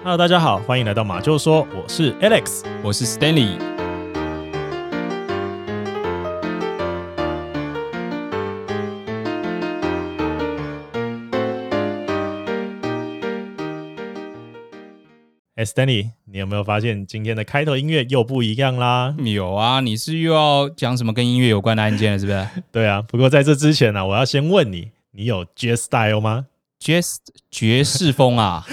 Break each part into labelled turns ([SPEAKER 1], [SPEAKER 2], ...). [SPEAKER 1] Hello，大家好，欢迎来到马厩说，我是 Alex。
[SPEAKER 2] 我是 Stanley。
[SPEAKER 1] 哎、s t a n l e y 你有没有发现今天的开头音乐又不一样啦？
[SPEAKER 2] 有啊，你是又要讲什么跟音乐有关的案件了，是 不是
[SPEAKER 1] 对啊，不过在这之前呢、我要先问你，你有 J Style 吗？
[SPEAKER 2] 爵士爵士风啊，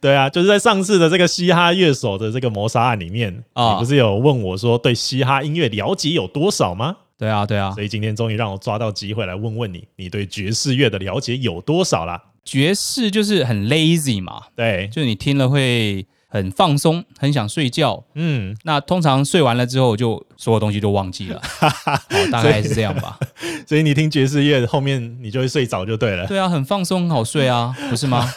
[SPEAKER 1] 对啊，就是在上次的这个嘻哈乐手的这个谋杀案里面，
[SPEAKER 2] 啊
[SPEAKER 1] 你不是有问我说对嘻哈音乐了解有多少吗？
[SPEAKER 2] 对啊，对啊
[SPEAKER 1] 所，以今天终于让我抓到机会来问问你，你对爵士乐的了解有多少啦？
[SPEAKER 2] 爵士就是很 lazy 嘛，
[SPEAKER 1] 对，
[SPEAKER 2] 就是你听了会很放松，很想睡觉。
[SPEAKER 1] 嗯，
[SPEAKER 2] 那通常睡完了之后，我就所有东西都忘记 了，哦、大概是这样吧。
[SPEAKER 1] 所以你听爵士乐后面你就会睡着就对了。
[SPEAKER 2] 对啊，很放松，很好 睡啊，不是吗？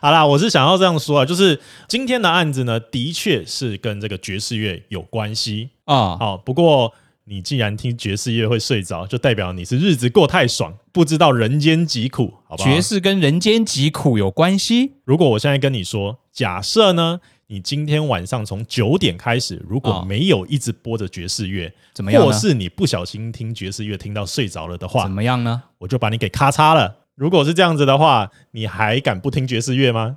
[SPEAKER 1] 好啦，我是想要这样说啊，就是今天的案子呢，的确是跟这个爵士乐有关系。
[SPEAKER 2] 啊、
[SPEAKER 1] 好、不过你既然听爵士乐会睡着，就代表你是日子过太爽，不知道人间疾苦，好不好？
[SPEAKER 2] 爵士跟人间疾苦有关系
[SPEAKER 1] 如果我现在跟你说，假设呢，你今天晚上从九点开始，如果
[SPEAKER 2] 哦
[SPEAKER 1] 没有一直播着爵士乐，
[SPEAKER 2] 怎么样呢
[SPEAKER 1] 或是你不小心听爵士乐听到睡着了的话
[SPEAKER 2] 怎，么样呢？
[SPEAKER 1] 我就把你给咔嚓了。如果是这样子的话，你还敢不听爵士乐吗？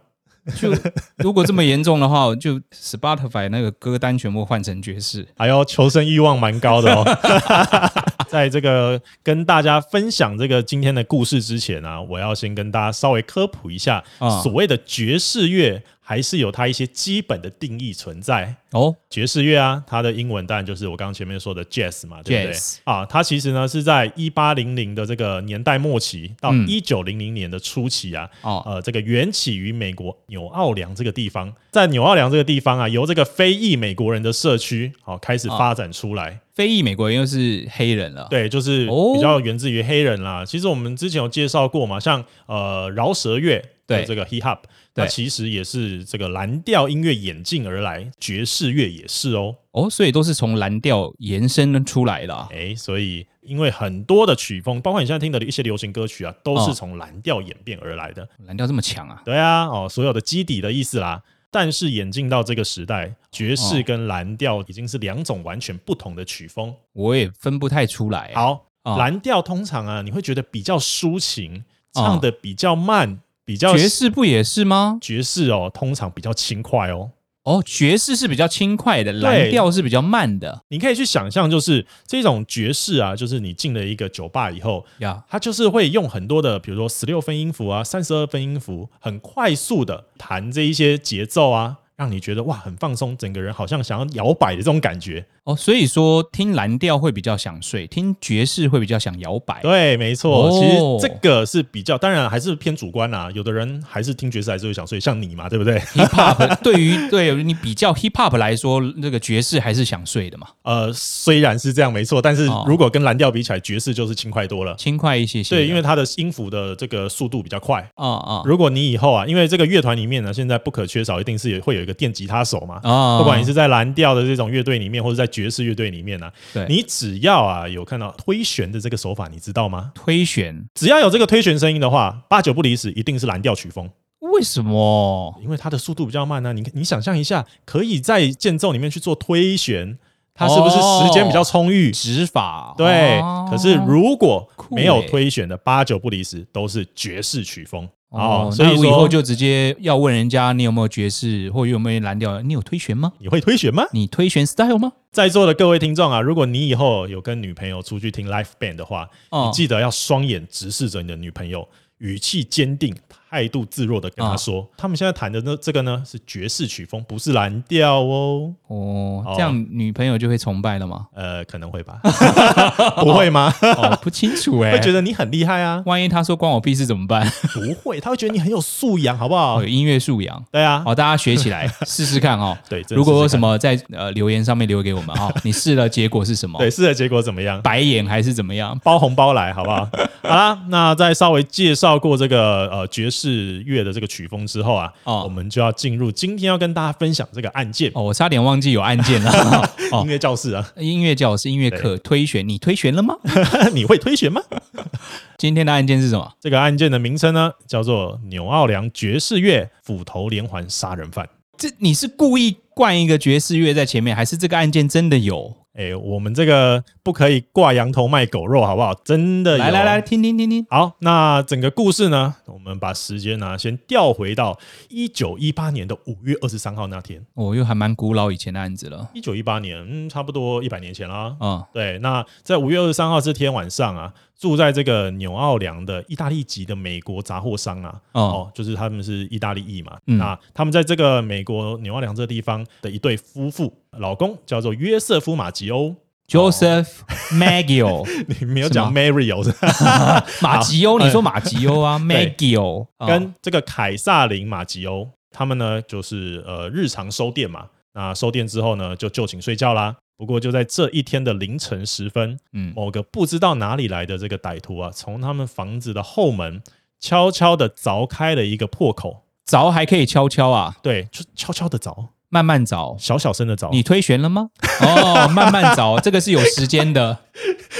[SPEAKER 2] 就如果这么严重的话，我就 Spotify 那个歌单全部换成爵士。
[SPEAKER 1] 哎呦，求生欲望蛮高的哦。 在这个跟大家分享这个今天的故事之前啊，我要先跟大家稍微科普一下，
[SPEAKER 2] 啊
[SPEAKER 1] 所谓的爵士乐还是有它一些基本的定义存在。
[SPEAKER 2] 哦，
[SPEAKER 1] 爵士乐啊，它的英文当然就是我刚刚前面说的 jazz 嘛，对不对
[SPEAKER 2] Jazz
[SPEAKER 1] 啊，它其实呢是在一八零零的这个年代末期到
[SPEAKER 2] 嗯
[SPEAKER 1] 一九零零年的初期啊，
[SPEAKER 2] 哦，
[SPEAKER 1] 呃，这个缘起于美国纽奥良这个地方，在纽奥良这个地方啊，由这个非裔美国人的社区好、开
[SPEAKER 2] 啊
[SPEAKER 1] 始发展出来。
[SPEAKER 2] 非裔美国人又是黑人了。，
[SPEAKER 1] 对，就是
[SPEAKER 2] 哦
[SPEAKER 1] 比较源自于黑人啦。其实我们之前有介绍过嘛，像呃饶舌乐的
[SPEAKER 2] 对
[SPEAKER 1] 这个 hip hop，那
[SPEAKER 2] 对
[SPEAKER 1] 其实也是这个蓝调音乐演进而来，爵士乐也是哦。
[SPEAKER 2] 哦，所以都是从蓝调延伸出来的啊、
[SPEAKER 1] 诶，所以因为很多的曲风，包括你现在听的一些流行歌曲啊，都是
[SPEAKER 2] 哦
[SPEAKER 1] 从蓝调演变而来的。
[SPEAKER 2] 蓝调这么强啊？
[SPEAKER 1] 对啊，哦，所有的基底的意思啦。但是演进到这个时代，爵士
[SPEAKER 2] 哦
[SPEAKER 1] 跟蓝调已经是两种完全不同的曲风。
[SPEAKER 2] 我也分不太出来、
[SPEAKER 1] 好，
[SPEAKER 2] 哦
[SPEAKER 1] 蓝调通常啊，你会觉得比较抒情，
[SPEAKER 2] 哦
[SPEAKER 1] 唱的比较慢，比较
[SPEAKER 2] 爵士不也是吗？
[SPEAKER 1] 爵士哦，通常比较轻快哦。
[SPEAKER 2] 哦，爵士是比较轻快的，蓝调是比较慢的
[SPEAKER 1] 你可以去想象，就是这种爵士啊，就是你进了一个酒吧以后，
[SPEAKER 2] 呀。
[SPEAKER 1] 它就是会用很多的，比如说十六分音符啊、三十二分音符，很快速的弹这一些节奏啊，让你觉得哇很放松，整个人好像想要摇摆的这种感觉。
[SPEAKER 2] 哦，所以说听蓝调会比较想睡，听爵士会比较想摇摆。
[SPEAKER 1] 对，没错，
[SPEAKER 2] 哦
[SPEAKER 1] 其实这个是比较，当然还是偏主观啦、有的人还是听爵士还是会想睡，像你嘛，对 不对？
[SPEAKER 2] hip hop 对于对你比较 hip hop 来说，那个爵士还是想睡的嘛，
[SPEAKER 1] 呃，虽然是这样没错，但是
[SPEAKER 2] 哦
[SPEAKER 1] 如果跟蓝调比起来，爵士就是轻快多了。
[SPEAKER 2] 轻快一些些的。
[SPEAKER 1] 对，因为它的音符的这个速度比较快。
[SPEAKER 2] 啊啊
[SPEAKER 1] 如果你以后啊，因为这个乐团里面呢，现在不可缺少一定是有会有一个电吉他手嘛，
[SPEAKER 2] 啊，
[SPEAKER 1] 不管你是在蓝调的这种乐队里面，或者在爵士乐队里面呢、
[SPEAKER 2] 对
[SPEAKER 1] 你只要啊有看到推弦的这个手法，你知道吗？
[SPEAKER 2] 推选，
[SPEAKER 1] 只要有这个推弦声音的话，八九不离十，一定是蓝调曲风，
[SPEAKER 2] 为什么？
[SPEAKER 1] 因为它的速度比较慢呢、你你想象一下，可以在间奏里面去做推弦，它是不是时间比较充裕？
[SPEAKER 2] 指法
[SPEAKER 1] 对，
[SPEAKER 2] 哦
[SPEAKER 1] 可是如果
[SPEAKER 2] 酷
[SPEAKER 1] 没有
[SPEAKER 2] 欸
[SPEAKER 1] 推选的，八九不离十都是爵士曲风哦
[SPEAKER 2] 哦，，
[SPEAKER 1] 所以
[SPEAKER 2] 那
[SPEAKER 1] 说
[SPEAKER 2] 我以后就直接要问人家你有没有爵士或有没有蓝调，你有推选吗？
[SPEAKER 1] 你会推选吗？
[SPEAKER 2] 你推选 style 吗？
[SPEAKER 1] 在座的各位听众啊，如果你以后有跟女朋友出去听 l i f e band 的话，
[SPEAKER 2] 哦
[SPEAKER 1] 你记得要双眼直视着你的女朋友，语气坚定、态度自若的跟她说，
[SPEAKER 2] 啊
[SPEAKER 1] 他们现在弹的呢这个呢是爵士曲风，不是蓝调哦。
[SPEAKER 2] 哦
[SPEAKER 1] 哦，？
[SPEAKER 2] 这样女朋友就会崇拜了吗
[SPEAKER 1] 呃，可能会 吧，不会吗？
[SPEAKER 2] 哦，不清楚 哎，
[SPEAKER 1] 会觉得你很厉害啊？
[SPEAKER 2] 万一他说关我屁事怎 么办？
[SPEAKER 1] 不会，他会觉得你很有素养，好不
[SPEAKER 2] 哦，
[SPEAKER 1] 好
[SPEAKER 2] 有？音乐素养。
[SPEAKER 1] 对啊，
[SPEAKER 2] 好，大家学起 来试试看哦。
[SPEAKER 1] 对真的
[SPEAKER 2] 如果
[SPEAKER 1] 试
[SPEAKER 2] 有
[SPEAKER 1] 试看
[SPEAKER 2] 什么在呃留言上面留给我们哦，你试了结果是什么？
[SPEAKER 1] 对，试的结果怎么样？
[SPEAKER 2] 白眼还是怎么样？
[SPEAKER 1] 包红包来，好不 好？好啦，那在稍微介绍过这个呃爵士乐的这个曲风之后啊，
[SPEAKER 2] 哦
[SPEAKER 1] 我们就要进入今天要跟大家分享这个案件、
[SPEAKER 2] 哦，我差点忘记有案 件了。
[SPEAKER 1] 音
[SPEAKER 2] 哦，
[SPEAKER 1] 乐教室啊，
[SPEAKER 2] 音乐教师音乐课推选，你推选了吗？
[SPEAKER 1] 你会推选 吗？
[SPEAKER 2] 今天的案件是什么？
[SPEAKER 1] 这个案件的名称呢，叫做纽奥良爵士乐斧头连环杀人犯。
[SPEAKER 2] 这你是故意灌一个爵士乐在前面，还是这个案件真的有？
[SPEAKER 1] 哎、我们这个不可以挂羊头卖狗肉，好不好？真的有啊
[SPEAKER 2] 来来来，听听听听，
[SPEAKER 1] 好，那整个故事呢，我们把时间呢、先调回到一九一八年的五月二十三号那天。
[SPEAKER 2] 哦，又还蛮古老以前的案子了。
[SPEAKER 1] 一九一八年，嗯，差不多一百年前啦。
[SPEAKER 2] 啊、
[SPEAKER 1] 对，那在五月二十三号这天晚上啊，住在这个纽奥良的意大利籍的美国杂货商啊，
[SPEAKER 2] 嗯、哦，
[SPEAKER 1] 哦，就是他们是意大利裔嘛，
[SPEAKER 2] 嗯
[SPEAKER 1] 那他们在这个美国纽奥良这地方的一对夫妇，老公叫做约瑟夫马吉欧，
[SPEAKER 2] Joseph
[SPEAKER 1] 哦
[SPEAKER 2] Maggio，
[SPEAKER 1] 你没有讲
[SPEAKER 2] 是
[SPEAKER 1] Mario 是吧
[SPEAKER 2] 马吉欧，你说马吉欧啊
[SPEAKER 1] 嗯 对
[SPEAKER 2] ，Maggio，啊
[SPEAKER 1] 跟这个凯撒琳马吉欧，他们呢就是呃日常收店嘛，那收店之后呢就就寝睡觉啦。不过就在这一天的凌晨时分，
[SPEAKER 2] 嗯
[SPEAKER 1] 某个不知道哪里来的这个歹徒啊，从他们房子的后门悄悄的凿开了一个破口，
[SPEAKER 2] 凿还可以敲敲啊，
[SPEAKER 1] 对，就悄悄的凿，
[SPEAKER 2] 慢慢凿。
[SPEAKER 1] 小小声的凿。
[SPEAKER 2] 你推悬 了吗？哦，慢慢凿，这个是有时间的。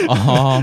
[SPEAKER 2] 哦，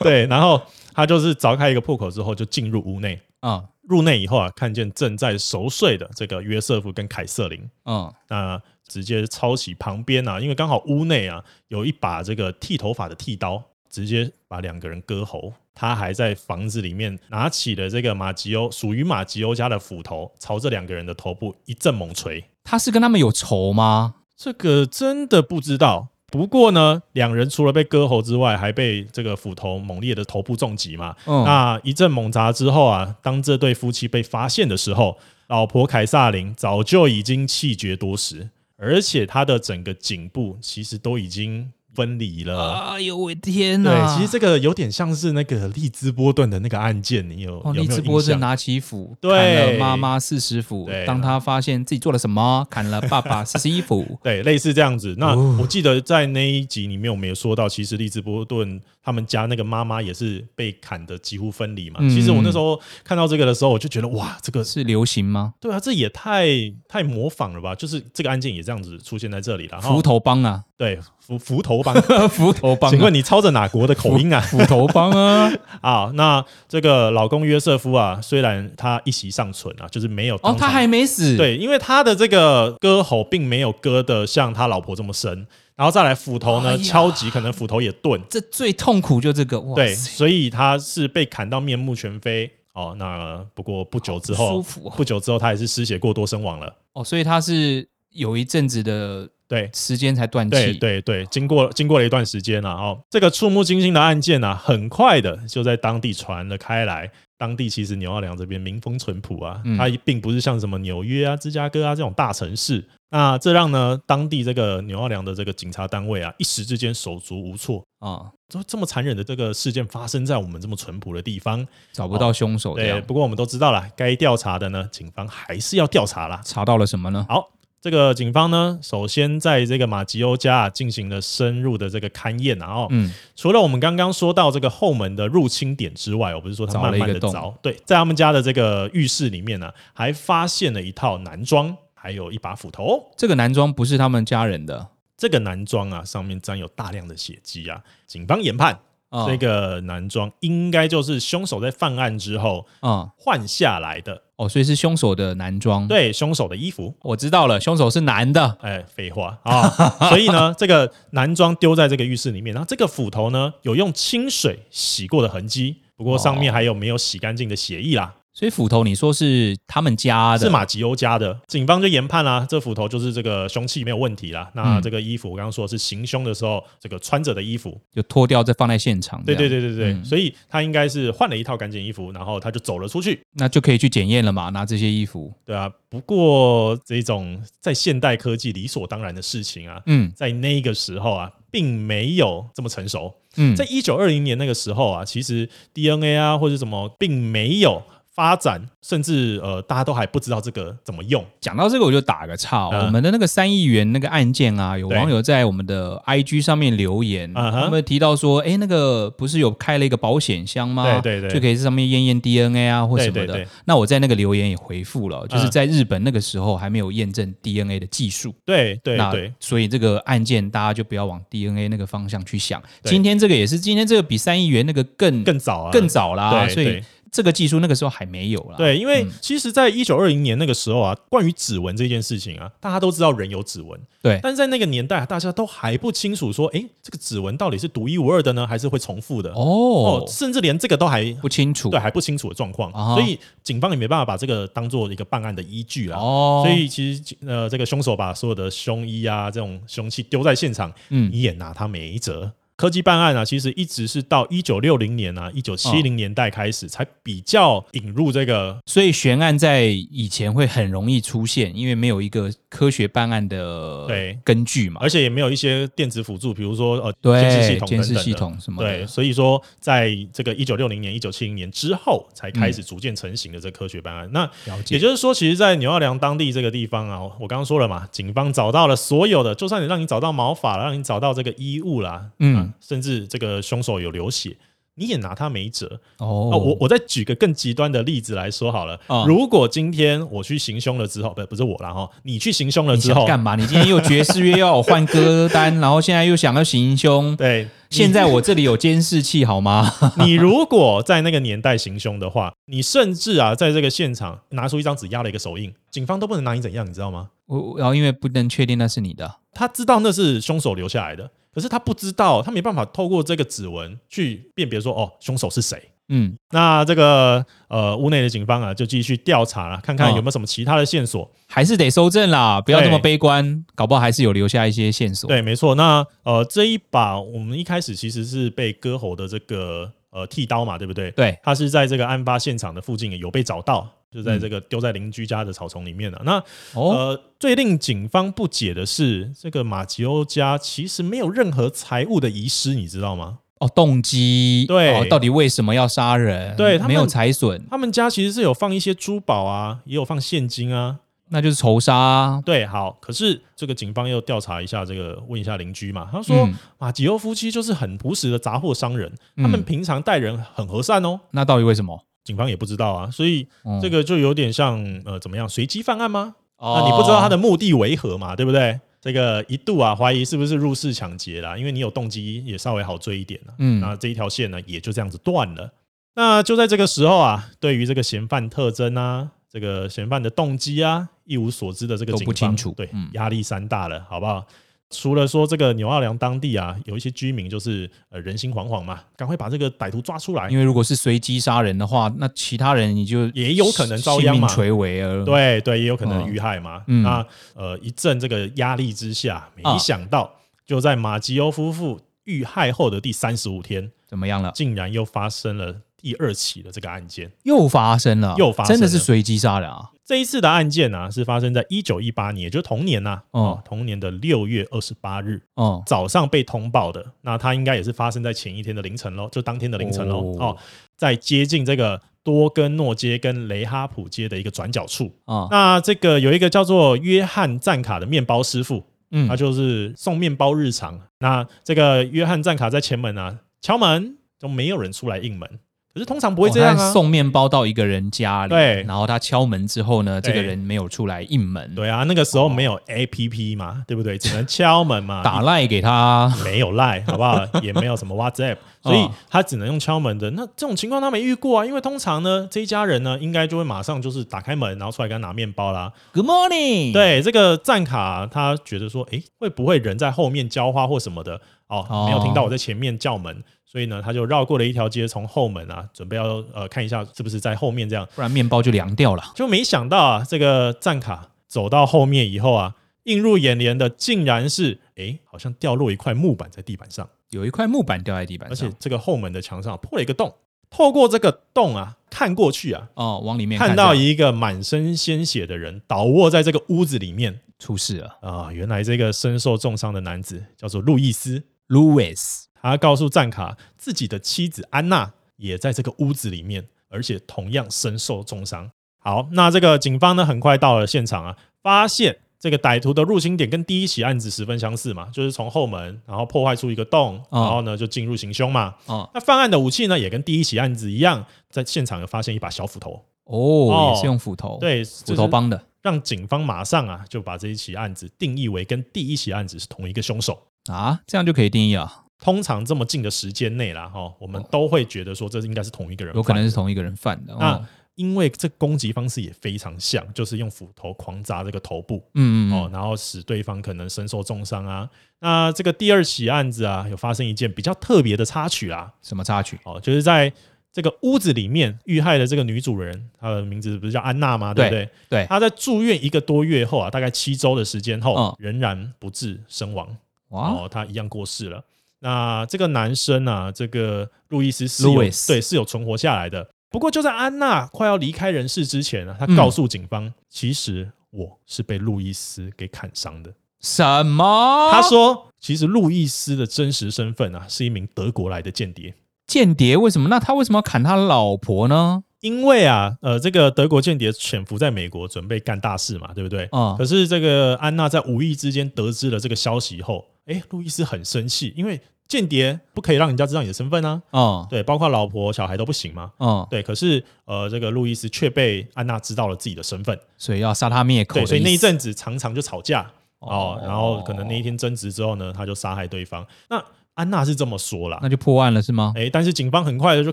[SPEAKER 1] 对，然后他就是凿开一个破口之后，就进入屋内。
[SPEAKER 2] 嗯
[SPEAKER 1] 入内以后啊，看见正在熟睡的这个约瑟夫跟凯瑟琳，
[SPEAKER 2] 嗯，
[SPEAKER 1] 那直接抄起旁边啊，因为刚好屋内啊有一把这个剃头发的剃刀，直接把两个人割喉。他还在房子里面拿起了这个马吉欧属于马吉欧家的斧头，朝着两个人的头部一阵猛锤。
[SPEAKER 2] 他是跟他们有仇吗？
[SPEAKER 1] 这个真的不知道。不过呢，两人除了被割喉之外，还被这个斧头猛烈的头部重击嘛。
[SPEAKER 2] 嗯
[SPEAKER 1] 那一阵猛砸之后啊，当这对夫妻被发现的时候，老婆凯撒琳早就已经气绝多时，而且她的整个颈部其实都已经分离了。
[SPEAKER 2] 哎呦，我的天哪！
[SPEAKER 1] 对，其实这个有点像是那个利兹波顿的那个案件，你有、
[SPEAKER 2] 哦，
[SPEAKER 1] 有
[SPEAKER 2] 利
[SPEAKER 1] 没有
[SPEAKER 2] 兹波
[SPEAKER 1] 印
[SPEAKER 2] 顿
[SPEAKER 1] 象？
[SPEAKER 2] 拿起斧砍
[SPEAKER 1] 对
[SPEAKER 2] 了妈妈四十斧
[SPEAKER 1] 对，。
[SPEAKER 2] 当他发现自己做了什么，砍了爸爸四十一斧
[SPEAKER 1] 对，类似这样子。那
[SPEAKER 2] 哦
[SPEAKER 1] 我记得在那一集里面，我们有说到，其实利兹波顿他们家那个妈妈也是被砍的几乎分离嘛。
[SPEAKER 2] 嗯
[SPEAKER 1] 其实我那时候看到这个的时候，我就觉得哇，这个
[SPEAKER 2] 是流行吗？
[SPEAKER 1] 对啊，这也太太模仿了吧？就是这个案件也这样子出现在这里了。
[SPEAKER 2] 斧
[SPEAKER 1] 头
[SPEAKER 2] 头帮啊，
[SPEAKER 1] 对斧哦 斧头帮，
[SPEAKER 2] 斧头帮啊
[SPEAKER 1] 请问你操着哪国的口音啊？
[SPEAKER 2] 斧头帮啊，
[SPEAKER 1] 啊，那这个老公约瑟夫啊，虽然他一息尚存啊，就是没有
[SPEAKER 2] 哦
[SPEAKER 1] 当，场
[SPEAKER 2] 他还没死。，
[SPEAKER 1] 对，因为他的这个割喉并没有割的像他老婆这么深，然后再来斧头呢、
[SPEAKER 2] 哎呀
[SPEAKER 1] 敲击，可能斧头也钝，
[SPEAKER 2] 这最痛苦就这个，哇
[SPEAKER 1] 对，
[SPEAKER 2] 塞
[SPEAKER 1] 所以他是被砍到面目全非。哦，那不过不久之
[SPEAKER 2] 好
[SPEAKER 1] 后，
[SPEAKER 2] 不舒服哦
[SPEAKER 1] 不久之后他也是失血过多身亡了。
[SPEAKER 2] 哦，所以他是有一阵子的
[SPEAKER 1] 对。
[SPEAKER 2] 时间才断
[SPEAKER 1] 对
[SPEAKER 2] 气。
[SPEAKER 1] 对对，经过经过了一段时间了、啊、哦，这个触目惊心的案件呢、啊，很快的就在当地传了开来。当地其实纽奥良这边民风淳朴啊，
[SPEAKER 2] 嗯
[SPEAKER 1] 它并不是像什么纽约啊、芝加哥啊这种大城市。那这让呢当地这个纽奥良的这个警察单位啊，一时之间手足无措。
[SPEAKER 2] 啊，
[SPEAKER 1] 说这么残忍的这个事件发生在我们这么淳朴的地方，
[SPEAKER 2] 找不到凶手，这
[SPEAKER 1] 哦对。
[SPEAKER 2] 样
[SPEAKER 1] 不过我们都知道了，该调查的呢，警方还是要调查啦。
[SPEAKER 2] 查到了什么呢？
[SPEAKER 1] 好，这个警方呢，首先在这个马吉欧家啊进行了深入的这个勘验啊，然后、
[SPEAKER 2] 嗯，
[SPEAKER 1] 除了我们刚刚说到这个后门的入侵点之外，我不是说他
[SPEAKER 2] 凿了
[SPEAKER 1] 慢
[SPEAKER 2] 一
[SPEAKER 1] 慢
[SPEAKER 2] 个
[SPEAKER 1] 的
[SPEAKER 2] 洞
[SPEAKER 1] 凿，对，在他们家的这个浴室里面呢、啊还发现了一套男装，还有一把斧头。
[SPEAKER 2] 这个男装不是他们家人的
[SPEAKER 1] 这个男装啊，上面沾有大量的血迹啊。警方研判，
[SPEAKER 2] 啊，
[SPEAKER 1] 这个男装应该就是凶手在犯案之后
[SPEAKER 2] 啊，
[SPEAKER 1] 换下来的，
[SPEAKER 2] 哦，所以是凶手的男装。，
[SPEAKER 1] 对，凶手的衣服。
[SPEAKER 2] 我知道了，凶手是男的。
[SPEAKER 1] 哎，废话啊、所以呢，这个男装丢在这个浴室里面，然后这个斧头呢，有用清水洗过的痕迹，不过上面还有没有洗干净的血迹啦，
[SPEAKER 2] 所以斧头，你说是他们家哦的
[SPEAKER 1] 是？马吉欧家的。警方就研判啦、这斧头就是这个凶器没有问题啦。那
[SPEAKER 2] 嗯
[SPEAKER 1] 这个衣服，我刚刚说是行凶的时候这个穿着的衣服，
[SPEAKER 2] 就脱掉再放在现场。
[SPEAKER 1] 对对
[SPEAKER 2] 这样，
[SPEAKER 1] 对对对，
[SPEAKER 2] 嗯
[SPEAKER 1] 所以他应该是换了一套干净衣服，然后他就走了出去。
[SPEAKER 2] 那就可以去检验了嘛，拿这些衣服。
[SPEAKER 1] 对啊，不过这种在现代科技理所当然的事情啊，
[SPEAKER 2] 嗯
[SPEAKER 1] 在那个时候啊，并没有这么成熟。
[SPEAKER 2] 嗯，
[SPEAKER 1] 在一九二零年那个时候啊，其实 DNA 啊或者什么并没有发展，甚至呃大家都还不知道这个怎么用。
[SPEAKER 2] 讲到这个我就打个岔哦、
[SPEAKER 1] 嗯
[SPEAKER 2] 我们的那个三亿元那个案件啊，有
[SPEAKER 1] 对
[SPEAKER 2] 网友在我们的 IG 上面留言，
[SPEAKER 1] 嗯哼
[SPEAKER 2] 他们提到说，哎，那个不是有开了一个保险箱吗？
[SPEAKER 1] 对对对
[SPEAKER 2] 就可以在上面验验 DNA 啊或什么的。
[SPEAKER 1] 对对对
[SPEAKER 2] 那我在那个留言也回复了，就是
[SPEAKER 1] 嗯
[SPEAKER 2] 在日本那个时候还没有验证 DNA 的技术。
[SPEAKER 1] 对对
[SPEAKER 2] 那
[SPEAKER 1] 对，
[SPEAKER 2] 所以这个案件大家就不要往 DNA 那个方向去想。
[SPEAKER 1] 对
[SPEAKER 2] 今天这个也是，今天这个比三亿元那个更
[SPEAKER 1] 更早啊，
[SPEAKER 2] 更早啦，
[SPEAKER 1] 对
[SPEAKER 2] 所以
[SPEAKER 1] 对
[SPEAKER 2] 这个技术那个时候还没有啦。，
[SPEAKER 1] 对，因为
[SPEAKER 2] 嗯
[SPEAKER 1] 其实，在一九二零年那个时候啊，关于指纹这件事情啊，大家都知道人有指纹，
[SPEAKER 2] 对
[SPEAKER 1] 但是在那个年代，大家都还不清楚说，诶，这个指纹到底是独一无二的呢，还是会重复的？
[SPEAKER 2] 哦，
[SPEAKER 1] 甚至连这个都还
[SPEAKER 2] 不清楚。
[SPEAKER 1] 对还不清楚的状况，
[SPEAKER 2] 啊哈
[SPEAKER 1] 所以警方也没办法把这个当做一个办案的依据啊。
[SPEAKER 2] 哦，
[SPEAKER 1] 所以其实呃，这个凶手把所有的凶衣啊这种凶器丢在现场，
[SPEAKER 2] 嗯，
[SPEAKER 1] 你也拿他没辙。科技办案啊，其实一直是到一九六零年啊、一九七零年代开始，才比较引入这个
[SPEAKER 2] 所以悬案在以前会很容易出现，因为没有一个科学办案的
[SPEAKER 1] 对
[SPEAKER 2] 根据嘛。
[SPEAKER 1] 而且也没有一些电子辅助，比如说呃监视系
[SPEAKER 2] 对，
[SPEAKER 1] 统等
[SPEAKER 2] 监
[SPEAKER 1] 等
[SPEAKER 2] 视
[SPEAKER 1] 的
[SPEAKER 2] 系。统什么
[SPEAKER 1] 对，
[SPEAKER 2] 的。
[SPEAKER 1] 所以说，在这个一九六零年、一九七零年之后，才开始逐渐成型的这科学办案。那
[SPEAKER 2] 了
[SPEAKER 1] 也
[SPEAKER 2] 嗯解。
[SPEAKER 1] 就是说，其实，在纽奥良当地这个地方啊，我刚刚说了嘛，警方找到了所有的，就算你让你找到毛发了，让你找到这个衣物啦，
[SPEAKER 2] 嗯
[SPEAKER 1] 啊甚至这个凶手有流血，你也拿他没辙。
[SPEAKER 2] 哦
[SPEAKER 1] 哦，我我再举个更极端的例子来说好了。
[SPEAKER 2] 嗯
[SPEAKER 1] 如果今天我去行凶了之后，不不是我啦哈，你去行凶了
[SPEAKER 2] 你
[SPEAKER 1] 之
[SPEAKER 2] 想
[SPEAKER 1] 后，
[SPEAKER 2] 干嘛？你今天又爵士乐，又要我换歌单， 然后现在又想要行凶。
[SPEAKER 1] 对，
[SPEAKER 2] 现在我这里有监视器，好吗？
[SPEAKER 1] 你如果在那个年代行凶的话，你甚至啊，在这个现场拿出一张纸压了一个手印，警方都不能拿你怎样，你知道吗？
[SPEAKER 2] 我我然后因为不能确定那是你的，
[SPEAKER 1] 他知道那是凶手留下来的，可是他不知道，他没办法透过这个指纹去辨别说，哦，凶手是谁。
[SPEAKER 2] 嗯，
[SPEAKER 1] 那这个呃，屋内的警方啊，就继续调查了，看看有没有什么其他的线索。
[SPEAKER 2] 还是得搜证啦，不要
[SPEAKER 1] 对
[SPEAKER 2] 这么悲观，搞不好还是有留下一些线索。，
[SPEAKER 1] 对，没错。那呃，这一把我们一开始其实是被割喉的这个呃剃刀嘛，对不对？
[SPEAKER 2] 对
[SPEAKER 1] 他是在这个案发现场的附近有被找到，就在这个丢在邻居家的草丛里面了、那
[SPEAKER 2] 哦，
[SPEAKER 1] 呃，最令警方不解的是，这个马吉欧家其实没有任何财物的遗失，你知道吗？
[SPEAKER 2] 哦，动机，
[SPEAKER 1] 对
[SPEAKER 2] 哦，到底为什么要杀人？
[SPEAKER 1] 对他们
[SPEAKER 2] 没有财损，
[SPEAKER 1] 他们家其实是有放一些珠宝啊，也有放现金啊。
[SPEAKER 2] 那就是仇杀啊。
[SPEAKER 1] 对，好，可是这个警方又调查一下，这个问一下邻居嘛，他说、
[SPEAKER 2] 嗯
[SPEAKER 1] 马吉欧夫妻就是很朴实的杂货商人，他们
[SPEAKER 2] 嗯
[SPEAKER 1] 平常待人很和善哦。
[SPEAKER 2] 那到底为什么？
[SPEAKER 1] 警方也不知道啊，所以
[SPEAKER 2] 嗯
[SPEAKER 1] 这个就有点像呃，怎么样随机犯案吗？那、
[SPEAKER 2] 哦
[SPEAKER 1] 你不知道他的目的为何嘛，对不对？这个一度啊怀疑是不是入室抢劫啦，因为你有动机也稍微好追一点了、
[SPEAKER 2] 嗯
[SPEAKER 1] 那这一条线呢也就这样子断了。那就在这个时候啊，对于这个嫌犯特征啊，这个嫌犯的动机啊，一无所知的这个
[SPEAKER 2] 都
[SPEAKER 1] 警
[SPEAKER 2] 不
[SPEAKER 1] 方
[SPEAKER 2] 清楚
[SPEAKER 1] 对
[SPEAKER 2] 嗯，
[SPEAKER 1] 压力山大了，好不好？除了说这个纽奥良当地啊，有一些居民就是呃人心惶惶嘛，赶快把这个歹徒抓出来，
[SPEAKER 2] 因为如果是随机杀人的话，那其他人你就
[SPEAKER 1] 也有可能遭殃
[SPEAKER 2] 性
[SPEAKER 1] 嘛
[SPEAKER 2] 命垂危啊而
[SPEAKER 1] 对对，也有可能
[SPEAKER 2] 嗯
[SPEAKER 1] 遇害嘛。
[SPEAKER 2] 嗯
[SPEAKER 1] 那呃，一阵这个压力之下，没
[SPEAKER 2] 啊
[SPEAKER 1] 想到就在马吉欧夫妇遇害后的第三十五天，
[SPEAKER 2] 怎么样了？
[SPEAKER 1] 竟然又发生了第二起的这个案件。
[SPEAKER 2] 又发生了，
[SPEAKER 1] 又发生了
[SPEAKER 2] 真的是随机杀人啊！
[SPEAKER 1] 这一次的案件呢、啊是发生在一九一八年，也就是同年呐、哦
[SPEAKER 2] 哦，
[SPEAKER 1] 同年的六月二十八日
[SPEAKER 2] 哦，
[SPEAKER 1] 早上被通报的。那它应该也是发生在前一天的凌晨喽，就当天的凌晨喽。哦
[SPEAKER 2] 哦，
[SPEAKER 1] 在接近这个多根诺街跟雷哈普街的一个转角处，
[SPEAKER 2] 啊，
[SPEAKER 1] 那这个有一个叫做约翰赞卡的面包师傅，
[SPEAKER 2] 嗯
[SPEAKER 1] 他就是送面包日常。那这个约翰赞卡在前门啊敲门，就没有人出来应门。可是通常不会这样
[SPEAKER 2] 哦他
[SPEAKER 1] 啊。
[SPEAKER 2] 送面包到一个人家里，
[SPEAKER 1] 对
[SPEAKER 2] 然后他敲门之后呢，
[SPEAKER 1] 对
[SPEAKER 2] 这个人没有出来应门，
[SPEAKER 1] 对啊，那个时候没有 A P P 嘛，对不对？只能敲门嘛，
[SPEAKER 2] 哦 打赖给他，
[SPEAKER 1] 没有 Line 好不 好？也没有什么 WhatsApp，所以
[SPEAKER 2] 哦
[SPEAKER 1] 他只能用敲门的。那这种情况他没遇过啊，因为通常呢，这一家人呢，应该就会马上就是打开门，然后出来给他拿面包啦。
[SPEAKER 2] Good morning，，
[SPEAKER 1] 对这个赞卡，他觉得说，诶，会不会人在后面浇花或什么的？哦，
[SPEAKER 2] 哦
[SPEAKER 1] 没有听到我在前面叫门，哦所以呢，他就绕过了一条街，从后门啊，准备要呃看一下是不是在后面这样，
[SPEAKER 2] 不然面包就凉掉了。
[SPEAKER 1] 就没想到啊，这个赞卡走到后面以后啊，映入眼帘的竟然是，诶，好像掉落一块木板在地板上，
[SPEAKER 2] 有一块木板掉在地板
[SPEAKER 1] 而
[SPEAKER 2] 上
[SPEAKER 1] 且，这个后门的墙上破了一个洞，透过这个洞啊，看过去啊。
[SPEAKER 2] 哦，往里面
[SPEAKER 1] 看到
[SPEAKER 2] 一
[SPEAKER 1] 一个满身鲜血的人倒卧在这个屋子里面，
[SPEAKER 2] 出事了
[SPEAKER 1] 啊、原来这个身受重伤的男子叫做路易斯，
[SPEAKER 2] ，Louis，
[SPEAKER 1] 他告诉赞卡，自己的妻子安娜也在这个屋子里面，而且同样身受重伤。好，那这个警方呢，很快到了现场啊，发现这个歹徒的入侵点跟第一起案子十分相似嘛，就是从后门，然后破坏出一个洞，
[SPEAKER 2] 嗯
[SPEAKER 1] 然后呢就进入行凶嘛。
[SPEAKER 2] 哦
[SPEAKER 1] 那犯案的武器呢，也跟第一起案子一样，在现场有发现一把小斧头，哦
[SPEAKER 2] 哦，也是用斧头，，
[SPEAKER 1] 对，
[SPEAKER 2] 斧头
[SPEAKER 1] 帮。
[SPEAKER 2] 帮的
[SPEAKER 1] 让警方马上啊就把这一起案子定义为跟第一起案子是同一个凶手。
[SPEAKER 2] 啊，这样就可以定义了。
[SPEAKER 1] 通常这么近的时间内啦，哈、我们都会觉得说这应该是同一个人，
[SPEAKER 2] 哦有可能是。同一个人犯的。
[SPEAKER 1] 那
[SPEAKER 2] 哦，
[SPEAKER 1] 因为这攻击方式也非常像，就是用斧头狂砸这个头部，
[SPEAKER 2] 嗯嗯
[SPEAKER 1] 哦，然后使对方可能身受重伤啊。那这个第二起案子啊，有发生一件比较特别的插曲啊，
[SPEAKER 2] 什么插曲？
[SPEAKER 1] 哦，就是在这个屋子里面遇害的这个女主人，她的名字不是叫安娜吗？对不对？
[SPEAKER 2] 对，
[SPEAKER 1] 她在住院一个多月后啊，大概七周的时间后，
[SPEAKER 2] 嗯
[SPEAKER 1] 仍然不治身亡，
[SPEAKER 2] 哇，
[SPEAKER 1] 哦，她一样过世了。那这个男生啊，这个路易斯是有
[SPEAKER 2] Louis
[SPEAKER 1] 对是有存活下来的。不过就在安娜快要离开人世之前呢、啊，
[SPEAKER 2] 嗯
[SPEAKER 1] 他告诉警方，其实我是被路易斯给砍伤的。
[SPEAKER 2] 什么？
[SPEAKER 1] 他说，其实路易斯的真实身份啊，是一名德国来的间谍。
[SPEAKER 2] 间谍为什么？那他为什么要砍他老婆呢？
[SPEAKER 1] 因为啊，呃，这个德国间谍潜伏在美国，准备干大事嘛，对不对？
[SPEAKER 2] 啊
[SPEAKER 1] 可是这个安娜在无意之间得知了这个消息后，哎，路易斯很生气，因为间谍不可以让人家知道你的身份啊，
[SPEAKER 2] 哦
[SPEAKER 1] 对，包括老婆、小孩都不行嘛。
[SPEAKER 2] 哦，
[SPEAKER 1] 对，可是呃，这个路易斯却被安娜知道了自己的身份，
[SPEAKER 2] 所以要杀他灭口的
[SPEAKER 1] 对，
[SPEAKER 2] 意思。
[SPEAKER 1] 所以那一阵子常常就吵架
[SPEAKER 2] 哦
[SPEAKER 1] 哦，然后可能那一天争执之后呢，他就杀害对方。那安娜是这么说啦，
[SPEAKER 2] 那就破案了是吗？
[SPEAKER 1] 哎，但是警方很快的就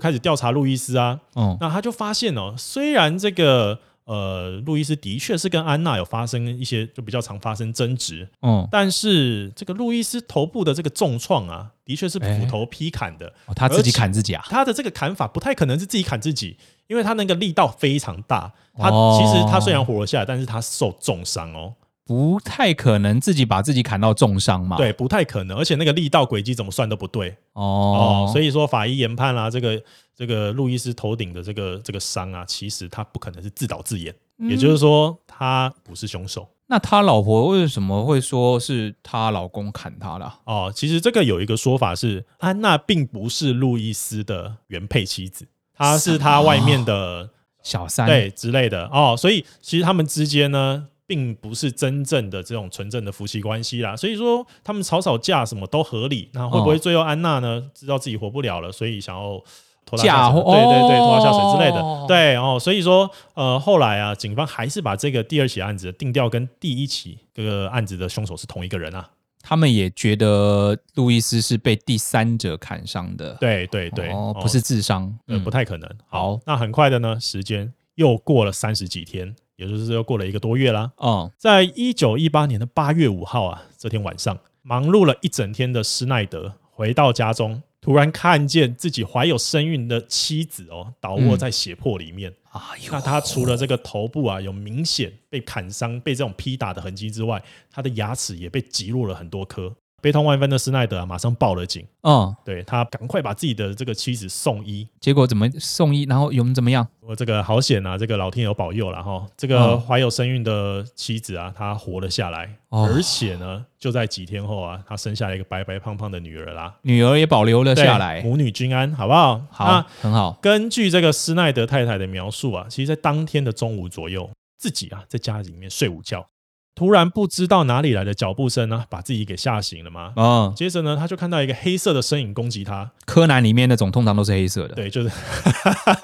[SPEAKER 1] 开始调查路易斯啊，
[SPEAKER 2] 哦
[SPEAKER 1] 那他就发现哦，虽然这个呃路易斯的确是跟安娜有发生一些就比较常发生争执，
[SPEAKER 2] 哦，
[SPEAKER 1] 但是这个路易斯头部的这个重创啊，的确是斧头劈砍的，
[SPEAKER 2] 哦他自己
[SPEAKER 1] 而且
[SPEAKER 2] 砍自己啊？
[SPEAKER 1] 他的这个砍法不太可能是自己砍自己，因为他那个力道非常大，他、
[SPEAKER 2] 哦
[SPEAKER 1] 其实他虽然活了下来，但是他受重伤哦，
[SPEAKER 2] 不太可能自己把自己砍到重伤嘛。
[SPEAKER 1] 对，不太可能，而且那个力道轨迹怎么算都不对，
[SPEAKER 2] 哦
[SPEAKER 1] 哦，，所以说法医研判啦、这个这个路易斯头顶的这个这个伤啊，其实他不可能是自导自演，也就是说他不是凶手
[SPEAKER 2] 那他老婆为什么会说是她老公砍她的啊？
[SPEAKER 1] 哦。其实这个有一个说法是，安娜并不是路易斯的原配妻子，她是他外面的
[SPEAKER 2] 小三，
[SPEAKER 1] 对之类的哦，所以其实他们之间呢。并不是真正的这种纯正的夫妻关系啦，所以说他们吵吵架什么都合理。那会不
[SPEAKER 2] 哦
[SPEAKER 1] 会最后安娜呢知道自己活不了了，所以想要拖他
[SPEAKER 2] 嫁
[SPEAKER 1] 下水？
[SPEAKER 2] 祸
[SPEAKER 1] 对对对，拖他下水
[SPEAKER 2] 哦
[SPEAKER 1] 之类的。对哦，所以说呃，后来啊，警方还是把这个第二起案子定调跟第一起这个案子的凶手是同一个人啊。
[SPEAKER 2] 他们也觉得路易斯是被第三者砍伤的。
[SPEAKER 1] 对对对，
[SPEAKER 2] 哦，不是自伤，
[SPEAKER 1] 呃，
[SPEAKER 2] 嗯
[SPEAKER 1] 不太可能。
[SPEAKER 2] 好
[SPEAKER 1] 那很快的呢，时间又过了三十几天，也就是又过了一个多月啦。
[SPEAKER 2] 哦，
[SPEAKER 1] 在一九一八年的八月五号啊，这天晚上，忙碌了一整天的施耐德回到家中，突然看见自己怀有身孕的妻子哦，倒卧在血泊里面。
[SPEAKER 2] 哎呦
[SPEAKER 1] 那，他除了这个头部啊有明显被砍伤、被这种劈打的痕迹之外，他的牙齿也被击落了很多颗。悲痛万分的施耐德啊，马上报了警，
[SPEAKER 2] 嗯，
[SPEAKER 1] 对他赶快把自己的这个妻子送医。
[SPEAKER 2] 结果怎么送医，然后有怎么样？
[SPEAKER 1] 我这个好险啊！这个老天有保佑了哈！这个
[SPEAKER 2] 嗯
[SPEAKER 1] 怀有身孕的妻子啊，她活了下来，
[SPEAKER 2] 哦
[SPEAKER 1] 而且呢，就在几天后啊，她生下了一个白白胖胖的女儿啦。
[SPEAKER 2] 女儿也保留了
[SPEAKER 1] 对
[SPEAKER 2] 下来，
[SPEAKER 1] 母女均安，好不好？
[SPEAKER 2] 好
[SPEAKER 1] 那，
[SPEAKER 2] 很好，
[SPEAKER 1] 根据这个施耐德太太的描述啊，其实，在当天的中午左右，自己啊在家里面睡午觉，突然不知道哪里来的脚步声呢、把自己给吓醒了嘛。
[SPEAKER 2] 嗯，
[SPEAKER 1] 接着呢，她就看到一个黑色的身影攻击她，
[SPEAKER 2] 柯南里面那种通常都是黑色的，
[SPEAKER 1] 对，就是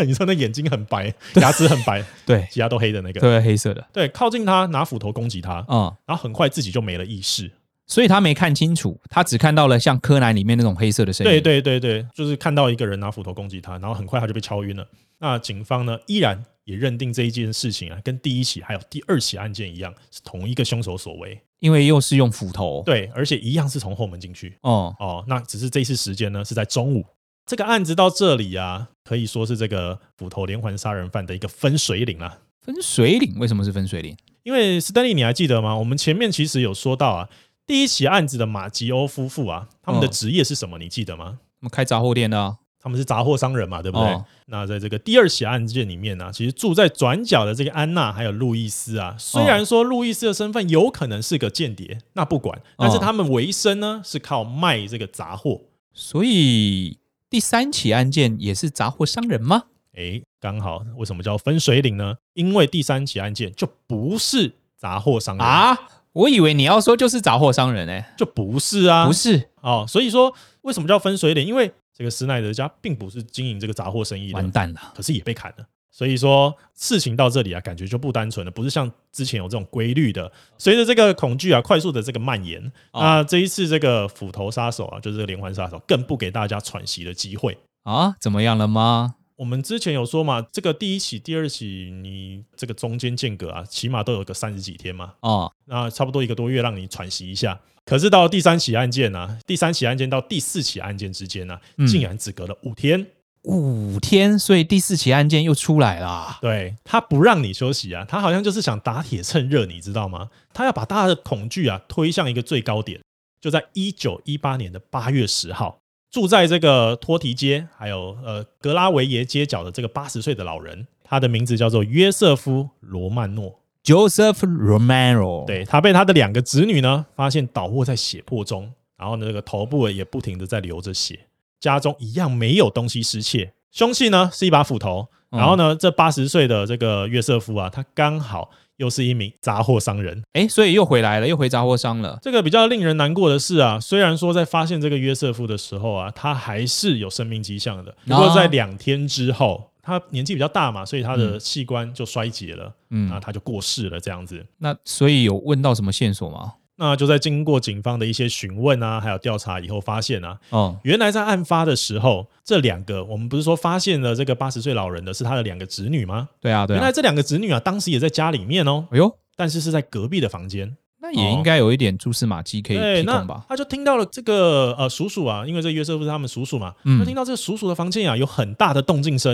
[SPEAKER 1] 你说那眼睛很白，牙齿很白，
[SPEAKER 2] 对，
[SPEAKER 1] 其他都黑的那个。
[SPEAKER 2] 都是黑色的，
[SPEAKER 1] 对，靠近他，拿斧头攻击他，
[SPEAKER 2] 嗯，
[SPEAKER 1] 然后很快自己就没了意识。
[SPEAKER 2] 所以他没看清楚，他只看到了像柯南里面那种黑色的身影，
[SPEAKER 1] 对对对对，就是看到一个人拿斧头攻击他，然后很快他就被敲晕了。那警方呢，依然也认定这一件事情啊，跟第一起还有第二起案件一样，是同一个凶手所为。
[SPEAKER 2] 因为又是用斧头，，
[SPEAKER 1] 对，而且一样是从后门进去。
[SPEAKER 2] 哦，
[SPEAKER 1] 哦，那只是这一次时间呢是在中午。这个案子到这里啊，可以说是这个斧头连环杀人犯的一个分水岭啊啦、
[SPEAKER 2] 分水岭为什么是分水岭？
[SPEAKER 1] 因为斯丹利，你还记得吗？我们前面其实有说到啊，第一起案子的马吉欧夫妇啊，他们的
[SPEAKER 2] 嗯
[SPEAKER 1] 职业是什么？你记得吗？
[SPEAKER 2] 我们开杂货店的啊、
[SPEAKER 1] 他们是杂货商人嘛，对不对？
[SPEAKER 2] 哦
[SPEAKER 1] 那在这个第二起案件里面呢、啊其实住在转角的这个安娜还有路易斯啊，虽然说路易斯的身份有可能是个间谍，那不
[SPEAKER 2] 嗯
[SPEAKER 1] 管，但是他们维生呢是靠卖这个杂货。
[SPEAKER 2] 所以第三起案件也是杂货商人吗？
[SPEAKER 1] 诶，刚好为什么叫分水岭呢？因为第三起案件就不是杂货商人，
[SPEAKER 2] 啊，我以为你要说就是杂货商人哎、
[SPEAKER 1] 就不是啊，
[SPEAKER 2] 不是，
[SPEAKER 1] 哦，所以说为什么叫分水岭？因为这个施耐德家并不是经营这个杂货生意
[SPEAKER 2] 完
[SPEAKER 1] 的，
[SPEAKER 2] 蛋了，
[SPEAKER 1] 可是也被砍了。所以说事情到这里啊，感觉就不单纯了，不是像之前有这种规律的。随着这个恐惧啊快速的这个蔓延，
[SPEAKER 2] 哦
[SPEAKER 1] 那这一次这个斧头杀手啊，就是这个连环杀手，更不给大家喘息的机会。
[SPEAKER 2] 啊，怎么样了吗？
[SPEAKER 1] 我们之前有说嘛，这个第一起、第二起，你这个中间间隔啊，起码都有个三十几天嘛，
[SPEAKER 2] 哦，
[SPEAKER 1] 那差不多一个多月让你喘息一下。可是到第三起案件啊，第三起案件到第四起案件之间呢、啊
[SPEAKER 2] 嗯
[SPEAKER 1] 竟然只隔了五天。
[SPEAKER 2] 五天，所以第四起案件又出来啦。
[SPEAKER 1] 对他不让你休息啊，他好像就是想打铁趁热，你知道吗？他要把大家的恐惧啊推向一个最高点。就在一九一八年的八月十号，住在这个托提街还有呃格拉维耶街角的这个八十岁的老人，他的名字叫做约瑟夫·罗曼诺。
[SPEAKER 2] Joseph Romero，，
[SPEAKER 1] 对他被他的两个子女呢发现倒卧在血泊中，然后呢这个头部也不停的在流着血，家中一样没有东西失窃，凶器呢是一把斧头，
[SPEAKER 2] 嗯
[SPEAKER 1] 然后呢这八十岁的这个约瑟夫啊，他刚好又是一名杂货商人。
[SPEAKER 2] 哎，所以又回来了，又回杂货商了。
[SPEAKER 1] 这个比较令人难过的是啊，虽然说在发现这个约瑟夫的时候啊，他还是有生命迹象
[SPEAKER 2] 啊
[SPEAKER 1] 的，不过在两天之后，他年纪比较大嘛，所以他的器官就衰竭了，
[SPEAKER 2] 嗯，
[SPEAKER 1] 那他就过世了这样子。
[SPEAKER 2] 那所以有问到什么线索吗？
[SPEAKER 1] 那就在经过警方的一些询问啊，还有调查以后，发现啊，
[SPEAKER 2] 哦，
[SPEAKER 1] 原来在案发的时候，这两个我们不是说发现了这个八十岁老人的是他的两个侄女吗？
[SPEAKER 2] 对啊，对
[SPEAKER 1] 原
[SPEAKER 2] 啊
[SPEAKER 1] 来。这两个侄女啊，当时也在家里面哦，
[SPEAKER 2] 哎呦，
[SPEAKER 1] 但是是在隔壁的房间。
[SPEAKER 2] 那也应该有一点蛛丝马迹可以
[SPEAKER 1] 哦对，
[SPEAKER 2] 提
[SPEAKER 1] 哎那
[SPEAKER 2] 供吧？
[SPEAKER 1] 他就听到了这个呃叔叔啊，因为这约瑟夫是他们叔叔嘛，
[SPEAKER 2] 嗯
[SPEAKER 1] 他听到这个叔叔的房间啊有很大的动静声，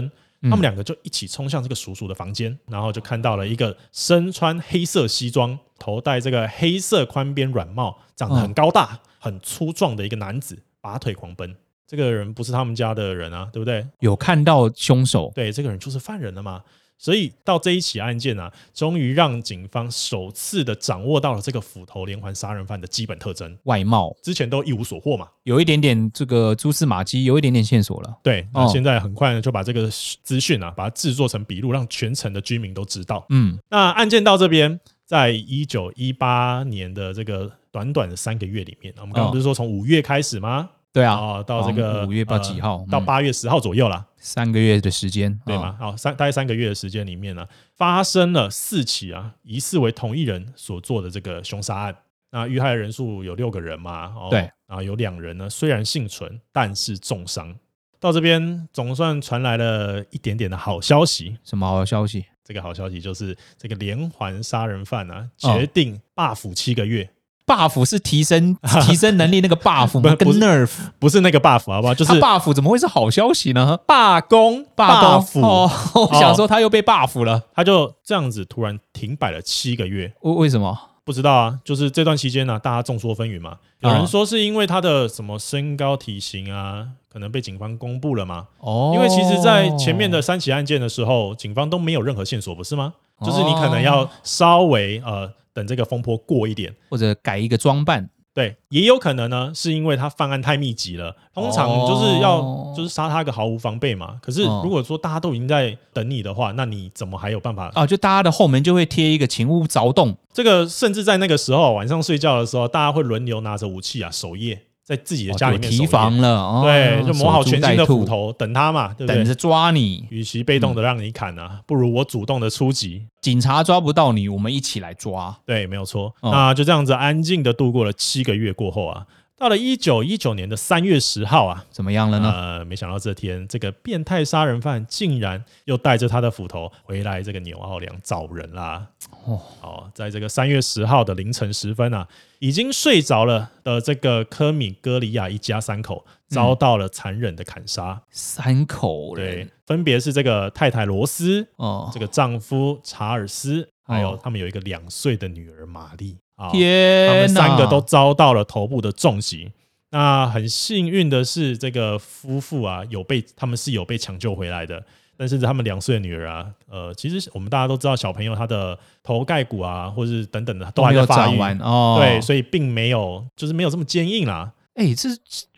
[SPEAKER 1] 他
[SPEAKER 2] 嗯
[SPEAKER 1] 们两个就一起冲向这个叔叔的房间，然后就看到了一个身穿黑色西装、头戴这个黑色宽边软帽、长
[SPEAKER 2] 嗯
[SPEAKER 1] 得很高大、很粗壮的一个男子拔腿狂奔。这个人不是他们家的人啊，对不对？
[SPEAKER 2] 有看到凶手，
[SPEAKER 1] 对，这个人就是犯人了嘛。所以到这一起案件啊，终于让警方首次的掌握到了这个斧头连环杀人犯的基本特征。
[SPEAKER 2] 外貌
[SPEAKER 1] 之前都一无所获嘛，
[SPEAKER 2] 有一点点这个蛛丝马迹，有一点点线索了。
[SPEAKER 1] 对，那
[SPEAKER 2] 哦
[SPEAKER 1] 现在很快呢就把这个资讯啊，把它制作成笔录，让全城的居民都知道。
[SPEAKER 2] 嗯，
[SPEAKER 1] 那案件到这边，在一九一八年的这个短短的三个月里面，我们刚刚不是说从五月开始吗？
[SPEAKER 2] 对哦啊，
[SPEAKER 1] 啊，到这个
[SPEAKER 2] 从五月不知道几号
[SPEAKER 1] 呃
[SPEAKER 2] 嗯
[SPEAKER 1] 到八月十号左右啦，
[SPEAKER 2] 三个月的时间，
[SPEAKER 1] 对
[SPEAKER 2] 哦
[SPEAKER 1] 吗？好，三大概三个月的时间里面呢，发生了四起啊，疑似为同一人所做的这个凶杀案。那遇害人数有六个人嘛？哦、
[SPEAKER 2] 对，
[SPEAKER 1] 然后有两人呢，虽然幸存，但是重伤。到这边总算传来了一点点的好消息。
[SPEAKER 2] 什么好消息？
[SPEAKER 1] 这个好消息就是，这个连环杀人犯啊，
[SPEAKER 2] 哦
[SPEAKER 1] 决定罢服七个月，
[SPEAKER 2] buff 是 提升提升能力那个 buff
[SPEAKER 1] 不
[SPEAKER 2] 吗？跟
[SPEAKER 1] 不是
[SPEAKER 2] nerf
[SPEAKER 1] 不是那个罢服，好不好？就
[SPEAKER 2] 他
[SPEAKER 1] 是
[SPEAKER 2] buff 怎么会是好消息呢？
[SPEAKER 1] 罢工、
[SPEAKER 2] 罢
[SPEAKER 1] 服，
[SPEAKER 2] 工哦，我想说他又被 buff 了，
[SPEAKER 1] 他就这样子突然停摆了七个月。
[SPEAKER 2] 为为什么？
[SPEAKER 1] 不知道啊，就是这段期间呢、大家众说纷纭嘛。有
[SPEAKER 2] 啊
[SPEAKER 1] 人说是因为他的什么身高体型啊，可能被警方公布了嘛。
[SPEAKER 2] 哦，
[SPEAKER 1] 因为其实，在前面的三起案件的时候，警方都没有任何线索，不是吗？
[SPEAKER 2] 哦
[SPEAKER 1] 就是你可能要稍微呃等这个风波过一点。
[SPEAKER 2] 或者改一个装扮，
[SPEAKER 1] 对，也有可能呢，是因为他犯案太密集了，通常就是要、
[SPEAKER 2] 哦
[SPEAKER 1] 就是杀他个毫无防备嘛。可是
[SPEAKER 2] 哦
[SPEAKER 1] 如果说大家都已经在等你的话，那你怎么还有办法
[SPEAKER 2] 啊，就大家的后门就会贴一个“情屋凿洞
[SPEAKER 1] 这个甚至在那个时候晚上睡觉的时候，大家会轮流拿着武器啊守夜，在自己”，的
[SPEAKER 2] 哦
[SPEAKER 1] 家里
[SPEAKER 2] 有
[SPEAKER 1] 面守
[SPEAKER 2] 提
[SPEAKER 1] 夜、
[SPEAKER 2] 防了，哦
[SPEAKER 1] 对，就磨好全新的斧，
[SPEAKER 2] 守株待
[SPEAKER 1] 头，等他嘛，对
[SPEAKER 2] 兔
[SPEAKER 1] 不
[SPEAKER 2] 等
[SPEAKER 1] 对？
[SPEAKER 2] 着嗯抓你。
[SPEAKER 1] 与其被动的让你砍啊，不如我主动的出击。
[SPEAKER 2] 警察抓不到你，我们一起来抓。
[SPEAKER 1] 对，没有错。
[SPEAKER 2] 哦
[SPEAKER 1] 那就这样子安静的度过了七个月过后啊，到了一九一九年的三月十号啊，
[SPEAKER 2] 怎么样了呢？
[SPEAKER 1] 呃，没想到这天这个变态杀人犯竟然又带着他的斧头回来这个纽奥良找人啦。
[SPEAKER 2] 哦
[SPEAKER 1] 哦，在这个三月十号的凌晨时分啊，已经睡着了的这个科米戈里亚一家三口遭到了残忍的砍杀，
[SPEAKER 2] 三口人
[SPEAKER 1] 对，，分别是这个太太罗斯、
[SPEAKER 2] 哦
[SPEAKER 1] 这，个丈夫查尔斯，还有
[SPEAKER 2] 哦
[SPEAKER 1] 他们有一个两岁的女儿玛丽啊。
[SPEAKER 2] 天
[SPEAKER 1] 他
[SPEAKER 2] 哪，
[SPEAKER 1] 们三个都遭到了头部的重击。那很幸运的是，这个夫妇啊有被他们是有被抢救回来的，但是他们两岁的女儿啊，呃，其实我们大家都知道，小朋友他的头盖骨啊，或是等等的都
[SPEAKER 2] 都
[SPEAKER 1] 还
[SPEAKER 2] 没
[SPEAKER 1] 在
[SPEAKER 2] 有
[SPEAKER 1] 发
[SPEAKER 2] 长
[SPEAKER 1] 育，
[SPEAKER 2] 完哦。
[SPEAKER 1] 对，所以并没有就是没有这么坚硬啦。
[SPEAKER 2] 哎、这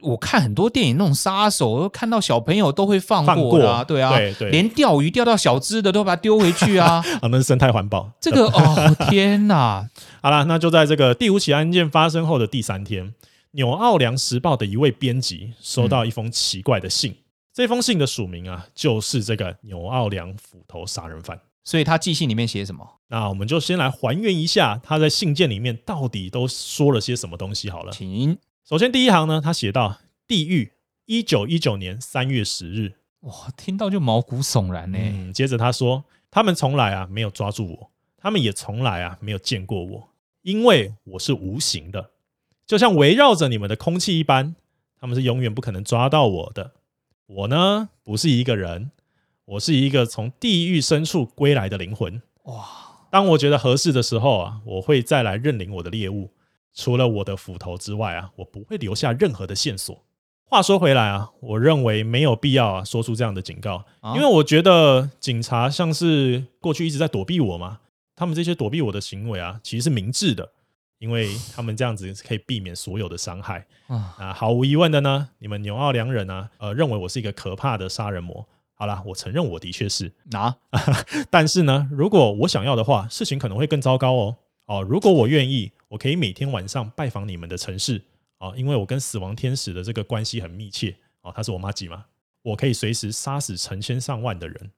[SPEAKER 2] 我看很多电影那种杀手，都看到小朋友都会放
[SPEAKER 1] 放
[SPEAKER 2] 过啊，
[SPEAKER 1] 过
[SPEAKER 2] 对啊，
[SPEAKER 1] 对对
[SPEAKER 2] 连钓鱼钓到小只的都把它丢回去啊。
[SPEAKER 1] 啊，那是生态环保。
[SPEAKER 2] 这 个哦，天哪！
[SPEAKER 1] 好啦，那就在这个第五起案件发生后的第三天，《纽奥良时报》的一位编辑收到一封奇怪的信，这封信的署名啊，就是这个纽奥良斧头杀人犯。
[SPEAKER 3] 所以他寄信里面写什么？
[SPEAKER 1] 那我们就先来还原一下他在信件里面到底都说了些什么东西好了。
[SPEAKER 3] 请
[SPEAKER 1] 首先第一行呢，他写到地狱，一九一九年三月十日。
[SPEAKER 3] 哇，听到就毛骨悚然呢、
[SPEAKER 1] 嗯，接着他说，他们从来啊没有抓住我，他们也从来啊没有见过我，因为我是无形的，就像围绕着你们的空气一般，他们是永远不可能抓到我的。我呢，不是一个人，我是一个从地狱深处归来的灵魂。
[SPEAKER 3] 哇，
[SPEAKER 1] 当我觉得合适的时候啊，我会再来认领我的猎物。除了我的斧头之外啊，我不会留下任何的线索。话说回来啊，我认为没有必要啊说出这样的警告，
[SPEAKER 3] 啊
[SPEAKER 1] 因为我觉得警察像是过去一直在躲避我嘛，他们这些躲避我的行为啊，其实是明智的，因为他们这样子可以避免所有的伤害。
[SPEAKER 2] 嗯
[SPEAKER 3] 啊，
[SPEAKER 1] 啊，毫无疑问的呢，你们纽奥良人啊，呃，认为我是一个可怕的杀人魔。好啦，我承认我的确是，
[SPEAKER 3] 拿
[SPEAKER 1] 但是呢，如果我想要的话，事情可能会更糟糕哦。哦，如果我愿意，我可以每天晚上拜访你们的城市哦，因为我跟死亡天使的这个关系很密切哦，他是我妈吉嘛，我可以随时杀死成千上万的人。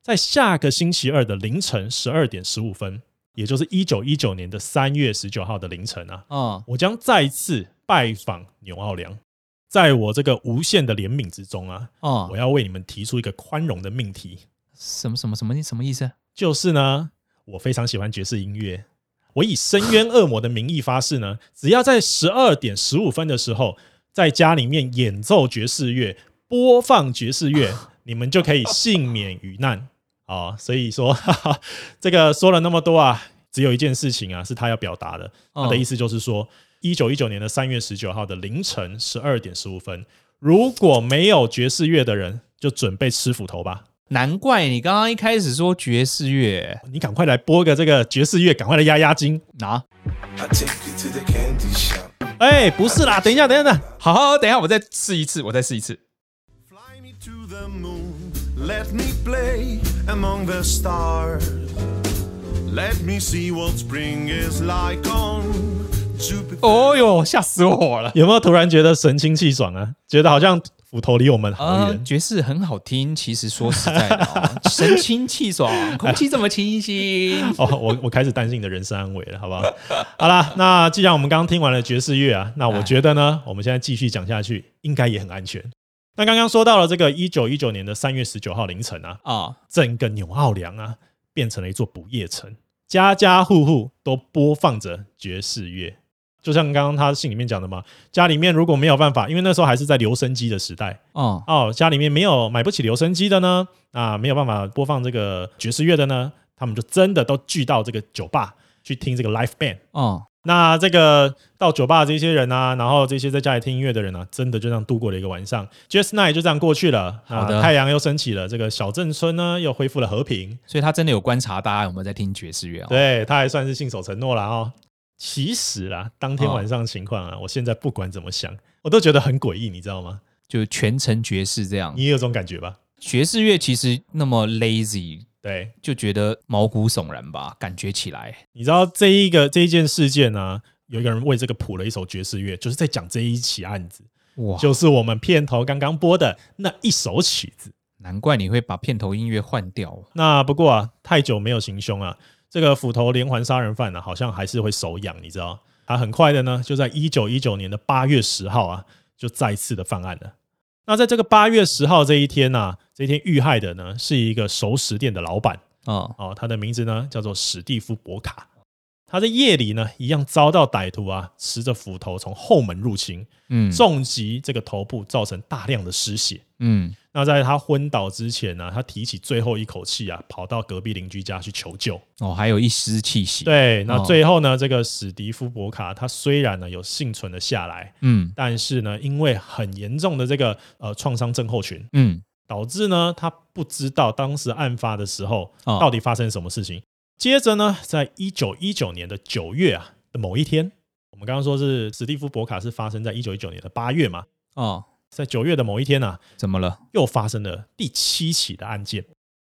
[SPEAKER 1] 在下个星期二的凌晨十二点十五分，也就是一九一九年的三月十九号的凌晨啊，
[SPEAKER 3] 嗯，
[SPEAKER 1] 我将再次拜访纽奥良，在我这个无限的怜悯之中啊，
[SPEAKER 3] 哦、
[SPEAKER 1] 我要为你们提出一个宽容的命题。
[SPEAKER 3] 什么什么什么？你什么意思？
[SPEAKER 1] 就是呢，我非常喜欢爵士音乐。我以深渊恶魔的名义发誓呢，只要在十二点十五分的时候，在家里面演奏爵士乐，播放爵士乐，你们就可以幸免于难啊、所以说 哈哈，这个说了那么多啊，只有一件事情啊，是他要表达的。他的意
[SPEAKER 3] 思
[SPEAKER 1] 思就是说，一九一九年的三月十九号的凌晨十二点十五分，如果没有爵士乐的人，就准备吃斧头吧。
[SPEAKER 3] 难怪你刚刚一开始说爵士乐
[SPEAKER 1] 你赶快来播个这个爵士乐，赶快来压压惊。
[SPEAKER 3] 拿。
[SPEAKER 4] I take you to the candy shop.
[SPEAKER 1] 哎、不是啦，等一下，等一下，等一下
[SPEAKER 3] 好好，好等一下我再试一次，我再试一次。
[SPEAKER 4] Fly me to the moon. Let me play among the stars. Let me see what spring is like on Jupiter.
[SPEAKER 3] 哦哟，吓死我了！
[SPEAKER 1] 有没有突然觉得神清气爽啊？觉得好像斧头离我们好
[SPEAKER 3] 啊、
[SPEAKER 1] 远。
[SPEAKER 3] 爵士很好听，其实说实在的、哦， 神清气爽，空气这么清新。
[SPEAKER 1] 哦，我我开始担心你的人身安危了，好不好？好啦，那既然我们刚刚听完了爵士乐啊，那我觉得呢，我们现在继续讲下去，应该也很安全。那刚刚说到了这个一九一九年的三月十九号凌晨啊，
[SPEAKER 3] 啊、
[SPEAKER 1] 整个纽奥良啊变成了一座不夜城，家家户户都播放着爵士乐。就像刚刚他信里面讲的嘛，家里面如果没有办法，因为那时候还是在留声机的时代
[SPEAKER 3] 哦，
[SPEAKER 1] 哦，家里面没有买不起留声机的呢，啊，没有办法播放这个爵士乐的呢，他们就真的都聚到这个酒吧去听这个 live band。
[SPEAKER 3] 哦，
[SPEAKER 1] 那这个到酒吧的这些人啊，然后这些在家里听音乐的人啊，真的就这样度过了一个晚上。Just Night 就这样过去了，啊
[SPEAKER 3] 好的
[SPEAKER 1] 太阳又升起了，这个小镇村呢又恢复了和平。
[SPEAKER 3] 所以他真的有观察大家有没有在听爵士乐哦。
[SPEAKER 1] 对，他还算是信守承诺了哦。其实啦，当
[SPEAKER 3] 哦
[SPEAKER 1] 天晚上的情况啊，我现在不管怎么想，我都觉得很诡异，你知道吗？
[SPEAKER 3] 就全程爵士这样
[SPEAKER 1] 你。也有这种感觉吧？
[SPEAKER 3] 爵士乐其实那么 lazy，
[SPEAKER 1] 对，
[SPEAKER 3] 就觉得毛骨悚然吧，感觉起来。
[SPEAKER 1] 你知道这一个这一件事件呢、有一个人为这个谱了一首爵士乐，就是在讲这一起案子，
[SPEAKER 3] 哇，
[SPEAKER 1] 就是我们片头刚刚播的那一首曲子。
[SPEAKER 3] 难怪你会把片头音乐换掉。
[SPEAKER 1] 那不过啊，太久没有行凶啊，这个斧头连环杀人犯呢、啊好像还是会手痒，你知道？他很快的呢，就在一九一九年的八月十号啊，就再次的犯案了。那在这个八月十号这一天呢、啊这一天遇害的呢是一个熟食店的老板
[SPEAKER 3] 哦，
[SPEAKER 1] 哦，他的名字呢叫做史蒂夫·博卡。他在夜里呢，一样遭到歹徒啊持着斧头从后门入侵，
[SPEAKER 3] 嗯，
[SPEAKER 1] 重击这个头部，造成大量的失血。
[SPEAKER 3] 嗯，
[SPEAKER 1] 那在他昏倒之前呢、他提起最后一口气啊，跑到隔壁邻居家去求救。
[SPEAKER 3] 哦，还有一丝气息。，
[SPEAKER 1] 对，那
[SPEAKER 3] 哦
[SPEAKER 1] 最后呢，这个史迪夫伯卡他虽然呢有幸存了下来，
[SPEAKER 3] 嗯
[SPEAKER 1] 但是呢，因为很严重的这个呃创伤症候群，
[SPEAKER 3] 嗯，
[SPEAKER 1] 导致呢他不知道当时案发的时候
[SPEAKER 3] 哦
[SPEAKER 1] 到底发生什么事情。接着呢，在一九一九年的九月啊的某一天，我们刚刚说是史蒂夫伯卡是发生在一九一九年的八月嘛，
[SPEAKER 3] 哦，
[SPEAKER 1] 在九月的某一天啊，
[SPEAKER 3] 怎么了？
[SPEAKER 1] 又发生了第七起的案件。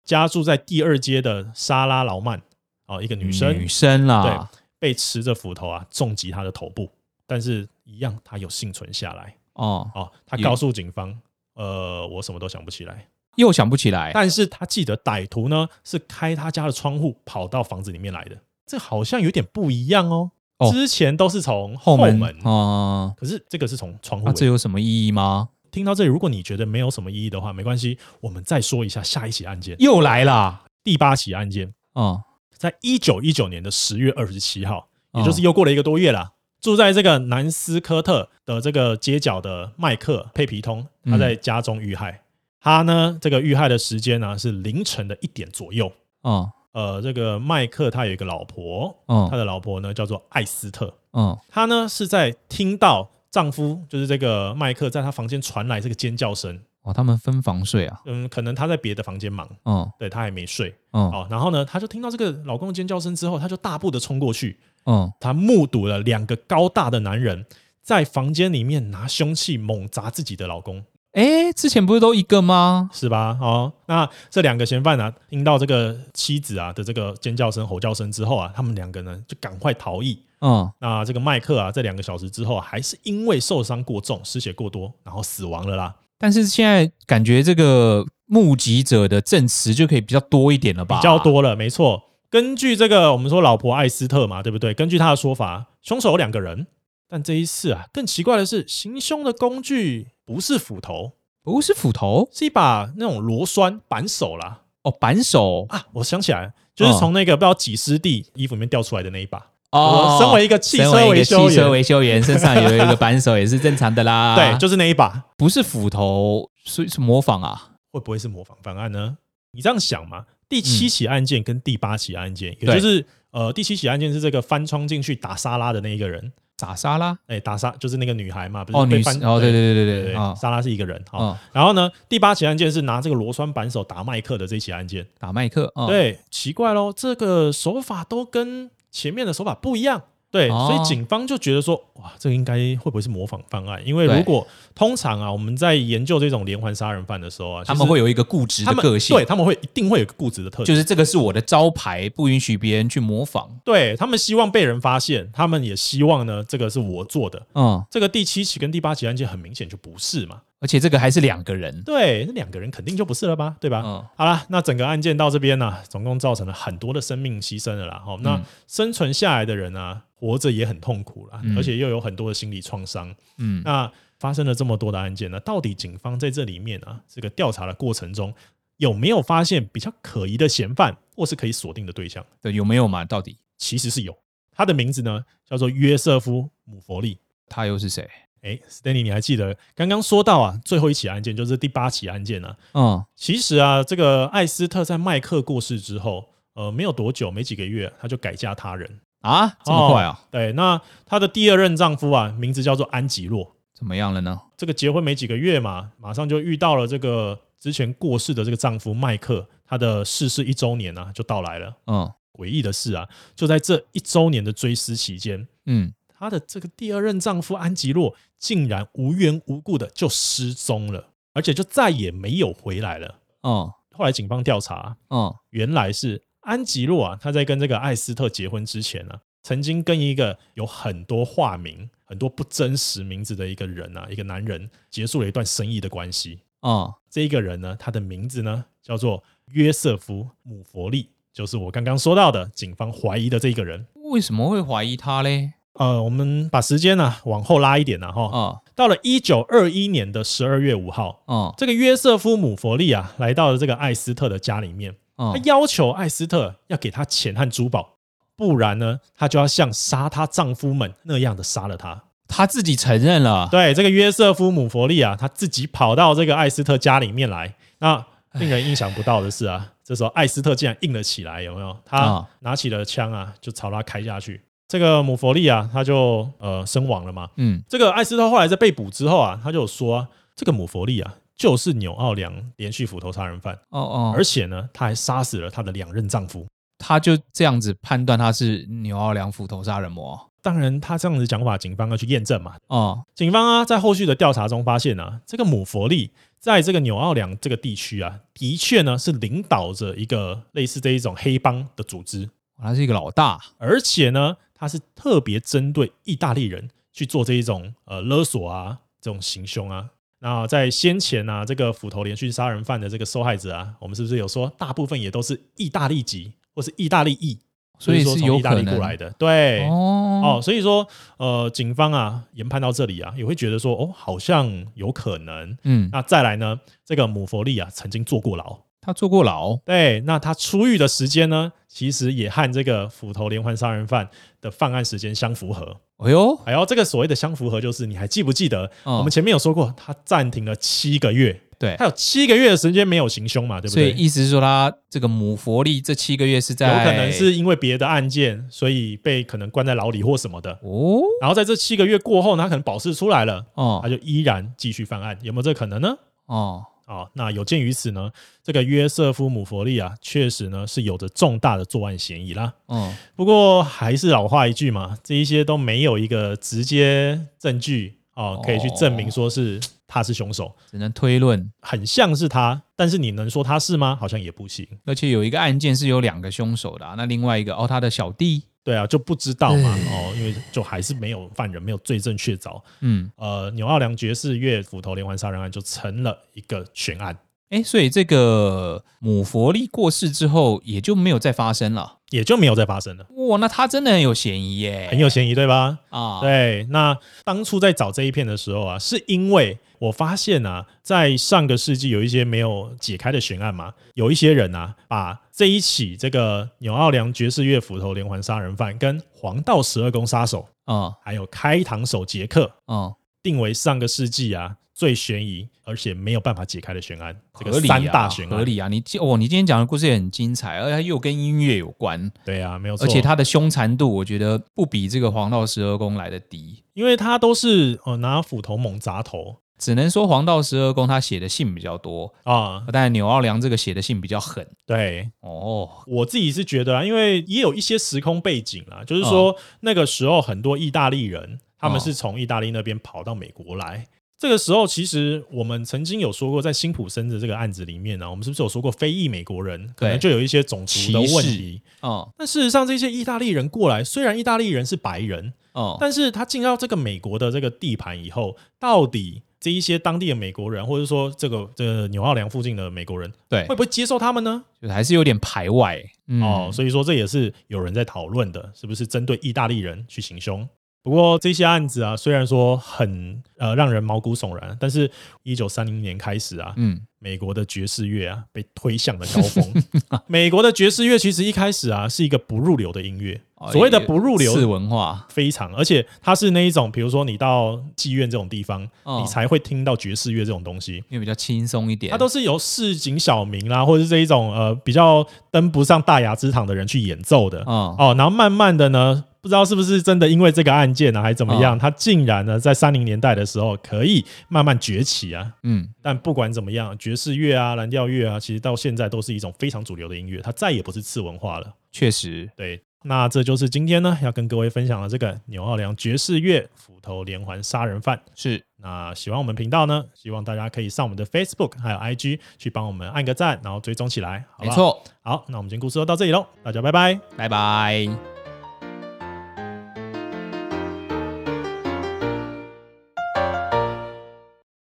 [SPEAKER 1] 家住在第二街的莎拉劳曼啊、哦一个女生
[SPEAKER 3] 女生
[SPEAKER 2] 啊
[SPEAKER 3] 啦。
[SPEAKER 1] 被持着斧头啊重击她的头部，但是一样她有幸存下来
[SPEAKER 3] 哦，
[SPEAKER 1] 哦。她
[SPEAKER 3] 也
[SPEAKER 1] 告诉警方呃，我什么都想不起来。
[SPEAKER 2] 又想不起来。
[SPEAKER 1] 但是他记得歹徒呢是开他家的窗户跑到房子里面来的，这好像有点不一样哦。
[SPEAKER 2] 哦
[SPEAKER 1] 之前都是从后
[SPEAKER 2] 后
[SPEAKER 1] 门，
[SPEAKER 2] 哦，
[SPEAKER 1] 可是这个是从窗户、
[SPEAKER 2] 那这有什么意义吗？
[SPEAKER 1] 听到这里，如果你觉得没有什么意义的话，没关系，我们再说一下下一起案件，
[SPEAKER 2] 又来啦！
[SPEAKER 1] 第八起案件，
[SPEAKER 2] 哦，
[SPEAKER 1] 在一九一九年的十月二十七号，
[SPEAKER 2] 哦
[SPEAKER 1] 也就是又过了一个多月啦。住在这个南斯科特的这个街角的麦克佩皮通，
[SPEAKER 2] 嗯
[SPEAKER 1] 他在家中遇害。他呢，这个遇害的时间呢是凌晨的一点左右。
[SPEAKER 2] 哦，
[SPEAKER 1] 呃，这个麦克他有一个老婆，
[SPEAKER 2] 哦
[SPEAKER 1] 他的老婆呢叫做艾斯特，
[SPEAKER 2] 哦，
[SPEAKER 1] 她呢是在听到丈夫就是这个麦克在她房间传来这个尖叫声，
[SPEAKER 2] 哦，他们分房睡啊。
[SPEAKER 1] 嗯，可能她在别的房间忙，
[SPEAKER 2] 哦，
[SPEAKER 1] 对她还没睡，
[SPEAKER 2] 哦，
[SPEAKER 1] 哦，然后呢，她就听到这个老公的尖叫声之后，她就大步的冲过去，
[SPEAKER 2] 哦，
[SPEAKER 1] 她目睹了两个高大的男人在房间里面拿凶器猛砸自己的老公，
[SPEAKER 2] 哎，之前不是都一个吗？
[SPEAKER 1] 是吧？哦，那这两个嫌犯啊，听到这个妻子啊的这个尖叫声、吼叫声之后啊，他们两个呢就赶快逃逸。
[SPEAKER 2] 哦，
[SPEAKER 1] 那这个麦克啊，在两个小时之后啊还是因为受伤过重、失血过多，然后死亡了啦，
[SPEAKER 2] 但是现在感觉这个目击者的证词就可以比较多一点了吧？
[SPEAKER 1] 比较。多了，没错。根据这个，我们说老婆艾斯特嘛，对不对？根据她的说法，凶手有两个人，但这一次啊，更奇怪的是，行凶的工具不是斧头，
[SPEAKER 2] 不哦是斧头
[SPEAKER 1] 是一把那种螺栓扳手啦。
[SPEAKER 2] 哦，扳手
[SPEAKER 1] 啊，我想起来了，就是
[SPEAKER 2] 嗯
[SPEAKER 1] 从那个不知道几师弟衣服里面掉出来的那一把。
[SPEAKER 2] 哦
[SPEAKER 1] 啊我。身为一个汽车
[SPEAKER 2] 身为一
[SPEAKER 1] 维
[SPEAKER 2] 个
[SPEAKER 1] 修
[SPEAKER 2] 汽车
[SPEAKER 1] 员，
[SPEAKER 2] 维修员，身上有一个扳手也是正常的 啦。
[SPEAKER 1] 对，就是那一把，
[SPEAKER 2] 不是斧头，是是模仿啊。
[SPEAKER 1] 会不会是模仿犯案呢？你这样想嘛？第七起案件跟第八起案件，也
[SPEAKER 2] 嗯对
[SPEAKER 1] 就是呃，第七起案件是这个翻窗进去打沙拉的那一个人，
[SPEAKER 2] 撒沙拉
[SPEAKER 1] 哎、打沙就是那个女孩嘛，不
[SPEAKER 2] 哦，
[SPEAKER 1] 是被
[SPEAKER 2] 女
[SPEAKER 1] 翻、
[SPEAKER 2] 哦，对对
[SPEAKER 1] 对
[SPEAKER 2] 对对
[SPEAKER 1] 对
[SPEAKER 2] 对
[SPEAKER 1] 对
[SPEAKER 2] 啊，
[SPEAKER 1] 沙拉是一个人好，
[SPEAKER 2] 哦
[SPEAKER 1] 然后呢，第八起案件是拿这个螺栓扳手打麦克的这起案件，
[SPEAKER 2] 打麦克啊，哦，
[SPEAKER 1] 对，奇怪喽，这个手法都跟前面的手法不一样。对，
[SPEAKER 2] 哦
[SPEAKER 1] 所以警方就觉得说，哇，这个应该会不会是模仿犯案？因为
[SPEAKER 2] 对
[SPEAKER 1] 如果通常啊，我们在研究这种连环杀人犯的时候啊，
[SPEAKER 2] 他们会有一个固执
[SPEAKER 1] 他
[SPEAKER 2] 的
[SPEAKER 1] 们
[SPEAKER 2] 个性，
[SPEAKER 1] 对，他们会一定会有个固执的特质，
[SPEAKER 2] 就是这个是我的招牌，不允许别人去模仿。
[SPEAKER 1] 对他们希望被人发现，他们也希望呢，这个是我做的。
[SPEAKER 2] 嗯，
[SPEAKER 1] 这个第七起跟第八起案件很明显就不是嘛，
[SPEAKER 2] 而且这个还是两个人。
[SPEAKER 1] 对，那两个人肯定就不是了吧，对吧？
[SPEAKER 2] 嗯
[SPEAKER 1] 好啦，那整个案件到这边呢、啊总共造成了很多的生命牺牲了啦。好，
[SPEAKER 2] 嗯
[SPEAKER 1] 那生存下来的人啊，活着也很痛苦啦，
[SPEAKER 2] 嗯
[SPEAKER 1] 而且又有很多的心理创伤。
[SPEAKER 2] 嗯，
[SPEAKER 1] 那发生了这么多的案件呢，到底警方在这里面啊，这个调查的过程中有没有发现比较可疑的嫌犯，或是可以锁定的对象？
[SPEAKER 2] 对，有没有嘛？到底
[SPEAKER 1] 其实是有，他的名字呢叫做约瑟夫·姆佛利。
[SPEAKER 2] 他又是谁？
[SPEAKER 1] 哎，Stanley，你还记得刚刚说到啊，最后一起案件就是第八起案件啊，
[SPEAKER 2] 嗯
[SPEAKER 1] 其实啊，这个艾斯特在麦克过世之后，呃，没有多久，没几个月，她就改嫁他人。
[SPEAKER 2] 啊，这么快
[SPEAKER 1] 哦
[SPEAKER 2] 啊？
[SPEAKER 1] 对，那她的第二任丈夫啊，名字叫做安吉洛。
[SPEAKER 2] 怎么样了呢？
[SPEAKER 1] 这个结婚没几个月嘛，马上就遇到了这个之前过世的这个丈夫麦克，他的逝世一周年啊，就到来了。
[SPEAKER 2] 嗯
[SPEAKER 1] 诡异的是啊，就在这一周年的追思期间，
[SPEAKER 2] 嗯，
[SPEAKER 1] 她的这个第二任丈夫安吉洛竟然无缘无故的就失踪了，而且就再也没有回来了。
[SPEAKER 2] 哦
[SPEAKER 1] 后来警方调查啊、
[SPEAKER 2] 哦
[SPEAKER 1] 原来是安吉洛啊，他在跟这个艾斯特结婚之前啊，曾经跟一个有很多化名、很多不真实名字的一个人啊，一个男人结束了一段生意的关系。
[SPEAKER 2] 哦
[SPEAKER 1] 这一个人呢，他的名字呢叫做约瑟夫·姆佛利，就是我刚刚说到的警方怀疑的这一个人。
[SPEAKER 2] 为什么会怀疑他嘞？
[SPEAKER 1] 呃，我们把时间呢、往后拉一点呢、啊，哈，
[SPEAKER 2] 哦
[SPEAKER 1] 到了一九二一年的十二月五号，
[SPEAKER 2] 哦
[SPEAKER 1] 这个约瑟夫·姆佛利啊，来到了这个艾斯特的家里面。他
[SPEAKER 2] 哦
[SPEAKER 1] 要求艾斯特要给他钱和珠宝，不然呢，他就要像杀她丈夫们那样的杀了她。
[SPEAKER 2] 他自己承认了。
[SPEAKER 1] 对，这个约瑟夫·姆佛利啊，他自己跑到这个艾斯特家里面来。那令人意想不到的是啊，这时候艾斯特竟然硬了起来，有没有？他
[SPEAKER 2] 啊
[SPEAKER 1] 拿起了枪啊，就朝他开下去。这个姆佛利啊，他就呃身亡了嘛。
[SPEAKER 2] 嗯，
[SPEAKER 1] 这个艾斯特后来在被捕之后啊，他就有说、啊，这个姆佛利啊，就是纽奥良连续斧头杀人犯，
[SPEAKER 2] 哦哦，
[SPEAKER 1] 而且呢，他还杀死了他的两任丈夫。
[SPEAKER 2] 他就这样子判断他是纽奥良斧头杀人魔。
[SPEAKER 1] 当然，他这样子讲法，警方要去验证嘛。
[SPEAKER 2] 哦
[SPEAKER 1] 警方啊，在后续的调查中发现啊，这个姆佛利在这个纽奥良这个地区啊，的确呢是领导着一个类似这一种黑帮的组织，
[SPEAKER 2] 他是一个老大。
[SPEAKER 1] 而且呢，他是特别针对意大利人去做这一种呃勒索啊，这种行凶啊。那在先前啊，这个斧头连续杀人犯的这个受害者啊，我们是不是有说大部分也都是意大利籍或是意大利裔，
[SPEAKER 2] 所以
[SPEAKER 1] 就是是说
[SPEAKER 2] 有
[SPEAKER 1] 从意大利
[SPEAKER 2] 可能
[SPEAKER 1] 过来的？对，
[SPEAKER 2] 哦
[SPEAKER 1] 哦，所以说，呃，警方啊，研判到这里啊，也会觉得说，哦，好像有可能。
[SPEAKER 2] 嗯，
[SPEAKER 1] 那再来呢，这个姆佛利啊，曾经坐过牢，
[SPEAKER 2] 他坐过牢，
[SPEAKER 1] 对，那他出狱的时间呢，其实也和这个斧头连环杀人犯的犯案时间相符合。
[SPEAKER 2] 哎呦，
[SPEAKER 1] 哎呦，这个所谓的相符合，就是你还记不记得、
[SPEAKER 2] 嗯
[SPEAKER 1] 我们前面有说过，他暂停了七个月，
[SPEAKER 2] 对
[SPEAKER 1] 他有七个月的时间没有行凶嘛，对不
[SPEAKER 2] 所以
[SPEAKER 1] 对？
[SPEAKER 2] 意思是说他这个母佛力这七个月是在
[SPEAKER 1] 有可能是因为别的案件，所以被可能关在牢里或什么的。
[SPEAKER 2] 哦
[SPEAKER 1] 然后在这七个月过后呢，他可能保释出来了，他
[SPEAKER 2] 哦
[SPEAKER 1] 就依然继续犯案，有没有这可能呢？
[SPEAKER 2] 哦，
[SPEAKER 1] 啊、那有鉴于此呢，这个约瑟夫·姆佛利啊，确实呢是有着重大的作案嫌疑啦。
[SPEAKER 2] 嗯，
[SPEAKER 1] 不过还是老话一句嘛，这一些都没有一个直接证据哦，可以去证明说是他是凶手，
[SPEAKER 2] 只能推论。
[SPEAKER 1] 很像是他，但是你能说他是吗？好像也不行。
[SPEAKER 2] 而且有一个案件是有两个凶手的啊、那另外一个哦，他的小弟，
[SPEAKER 1] 对啊，就不知道嘛，哦，因为就还是没有犯人，没有罪证确凿。
[SPEAKER 2] 嗯，
[SPEAKER 1] 呃，纽奥良爵士越斧头连环杀人案就成了一个悬案，
[SPEAKER 2] 哎，所以这个母佛力过世之后，也就没有再发生了。
[SPEAKER 1] 也就没有再发生了，
[SPEAKER 2] 哇，那他真的很有嫌疑耶，
[SPEAKER 1] 很有嫌疑，对吧？
[SPEAKER 2] 啊，，
[SPEAKER 1] 对，那当初在找这一片的时候啊，是因为我发现啊，在上个世纪有一些没有解开的悬案嘛，有一些人啊，把这一起这个纽奥良爵士乐斧头连环杀人犯跟黄道十二宫杀手，
[SPEAKER 2] 嗯
[SPEAKER 1] 还有开膛手杰克
[SPEAKER 2] 嗯，
[SPEAKER 1] 定为上个世纪啊最悬疑而且没有办法解开的悬案，这
[SPEAKER 2] 合
[SPEAKER 1] 个
[SPEAKER 2] 理啊
[SPEAKER 1] 三大悬案，
[SPEAKER 2] 合理啊。你今哦，你今天讲的故事也很精彩，而且它又跟音乐有关，
[SPEAKER 1] 对啊，没有错，
[SPEAKER 2] 而且它的凶残度，我觉得不比这个黄道十二宫来的低。
[SPEAKER 1] 因为他都是呃拿斧头猛砸头
[SPEAKER 2] 只能说黄道十二宫他写的信比较多，
[SPEAKER 1] 啊，
[SPEAKER 2] 但纽奥良这个写的信比较狠
[SPEAKER 1] 对，
[SPEAKER 2] 哦。
[SPEAKER 1] 我自己是觉得啊，因为也有一些时空背景啦，就是说
[SPEAKER 2] 嗯
[SPEAKER 1] 那个时候很多意大利人，他们是从意大利那边跑到美国来。这个时候，其实我们曾经有说过，在辛普森的这个案子里面呢、啊我们是不是有说过非裔美国人可能就有一些种族的
[SPEAKER 2] 歧视
[SPEAKER 1] 问题？
[SPEAKER 2] 哦
[SPEAKER 1] 但事实上，这些意大利人过来，虽然意大利人是白人，
[SPEAKER 2] 哦，
[SPEAKER 1] 但是他进到这个美国的这个地盘以后，到底这一些当地的美国人，或者说这个这个纽奥良附近的美国人，
[SPEAKER 2] 对
[SPEAKER 1] 会，不会接受他们呢？
[SPEAKER 2] 就是还是有点排外、嗯、
[SPEAKER 1] 哦，所以说这也是有人在讨论的，是不是针对意大利人去行凶？不过这些案子啊，虽然说很呃让人毛骨悚然，但是一九三零年开始啊，
[SPEAKER 2] 嗯，
[SPEAKER 1] 美国的爵士乐啊被推向了高峰。 美国的爵士乐其实一开始啊是一个不入流的音乐，
[SPEAKER 2] 哦
[SPEAKER 1] 所谓的不入
[SPEAKER 2] 次
[SPEAKER 1] 流
[SPEAKER 2] 文化
[SPEAKER 1] 非常，而且它是那一种，比如说你到妓院这种地方，
[SPEAKER 2] 哦
[SPEAKER 1] 你才会听到爵士乐这种东西。
[SPEAKER 2] 因为比较轻松一点，
[SPEAKER 1] 它都是由市井小民啦，或者是这一种呃比较登不上大雅之堂的人去演奏的。
[SPEAKER 2] 哦
[SPEAKER 1] 哦，然后慢慢的呢，不知道是不是真的因为这个案件呢、啊还怎么样，它竟然呢在三零年代的时候可以慢慢崛起啊。
[SPEAKER 2] 嗯
[SPEAKER 1] 但不管怎么样，爵士乐啊、蓝调乐啊，其实到现在都是一种非常主流的音乐，它再也不是次文化了。
[SPEAKER 2] 确实
[SPEAKER 1] 对，那这就是今天呢要跟各位分享的这个纽奥良爵士乐斧头连环杀人犯。
[SPEAKER 2] 是
[SPEAKER 1] 那喜欢我们频道呢，希望大家可以上我们的 Facebook 还有 IG 去帮我们按个赞，然后追踪起来，好
[SPEAKER 2] 没
[SPEAKER 1] 不好？
[SPEAKER 2] 错，
[SPEAKER 1] 好，那我们今天故事就到这里喽，大家拜拜。
[SPEAKER 2] 拜拜。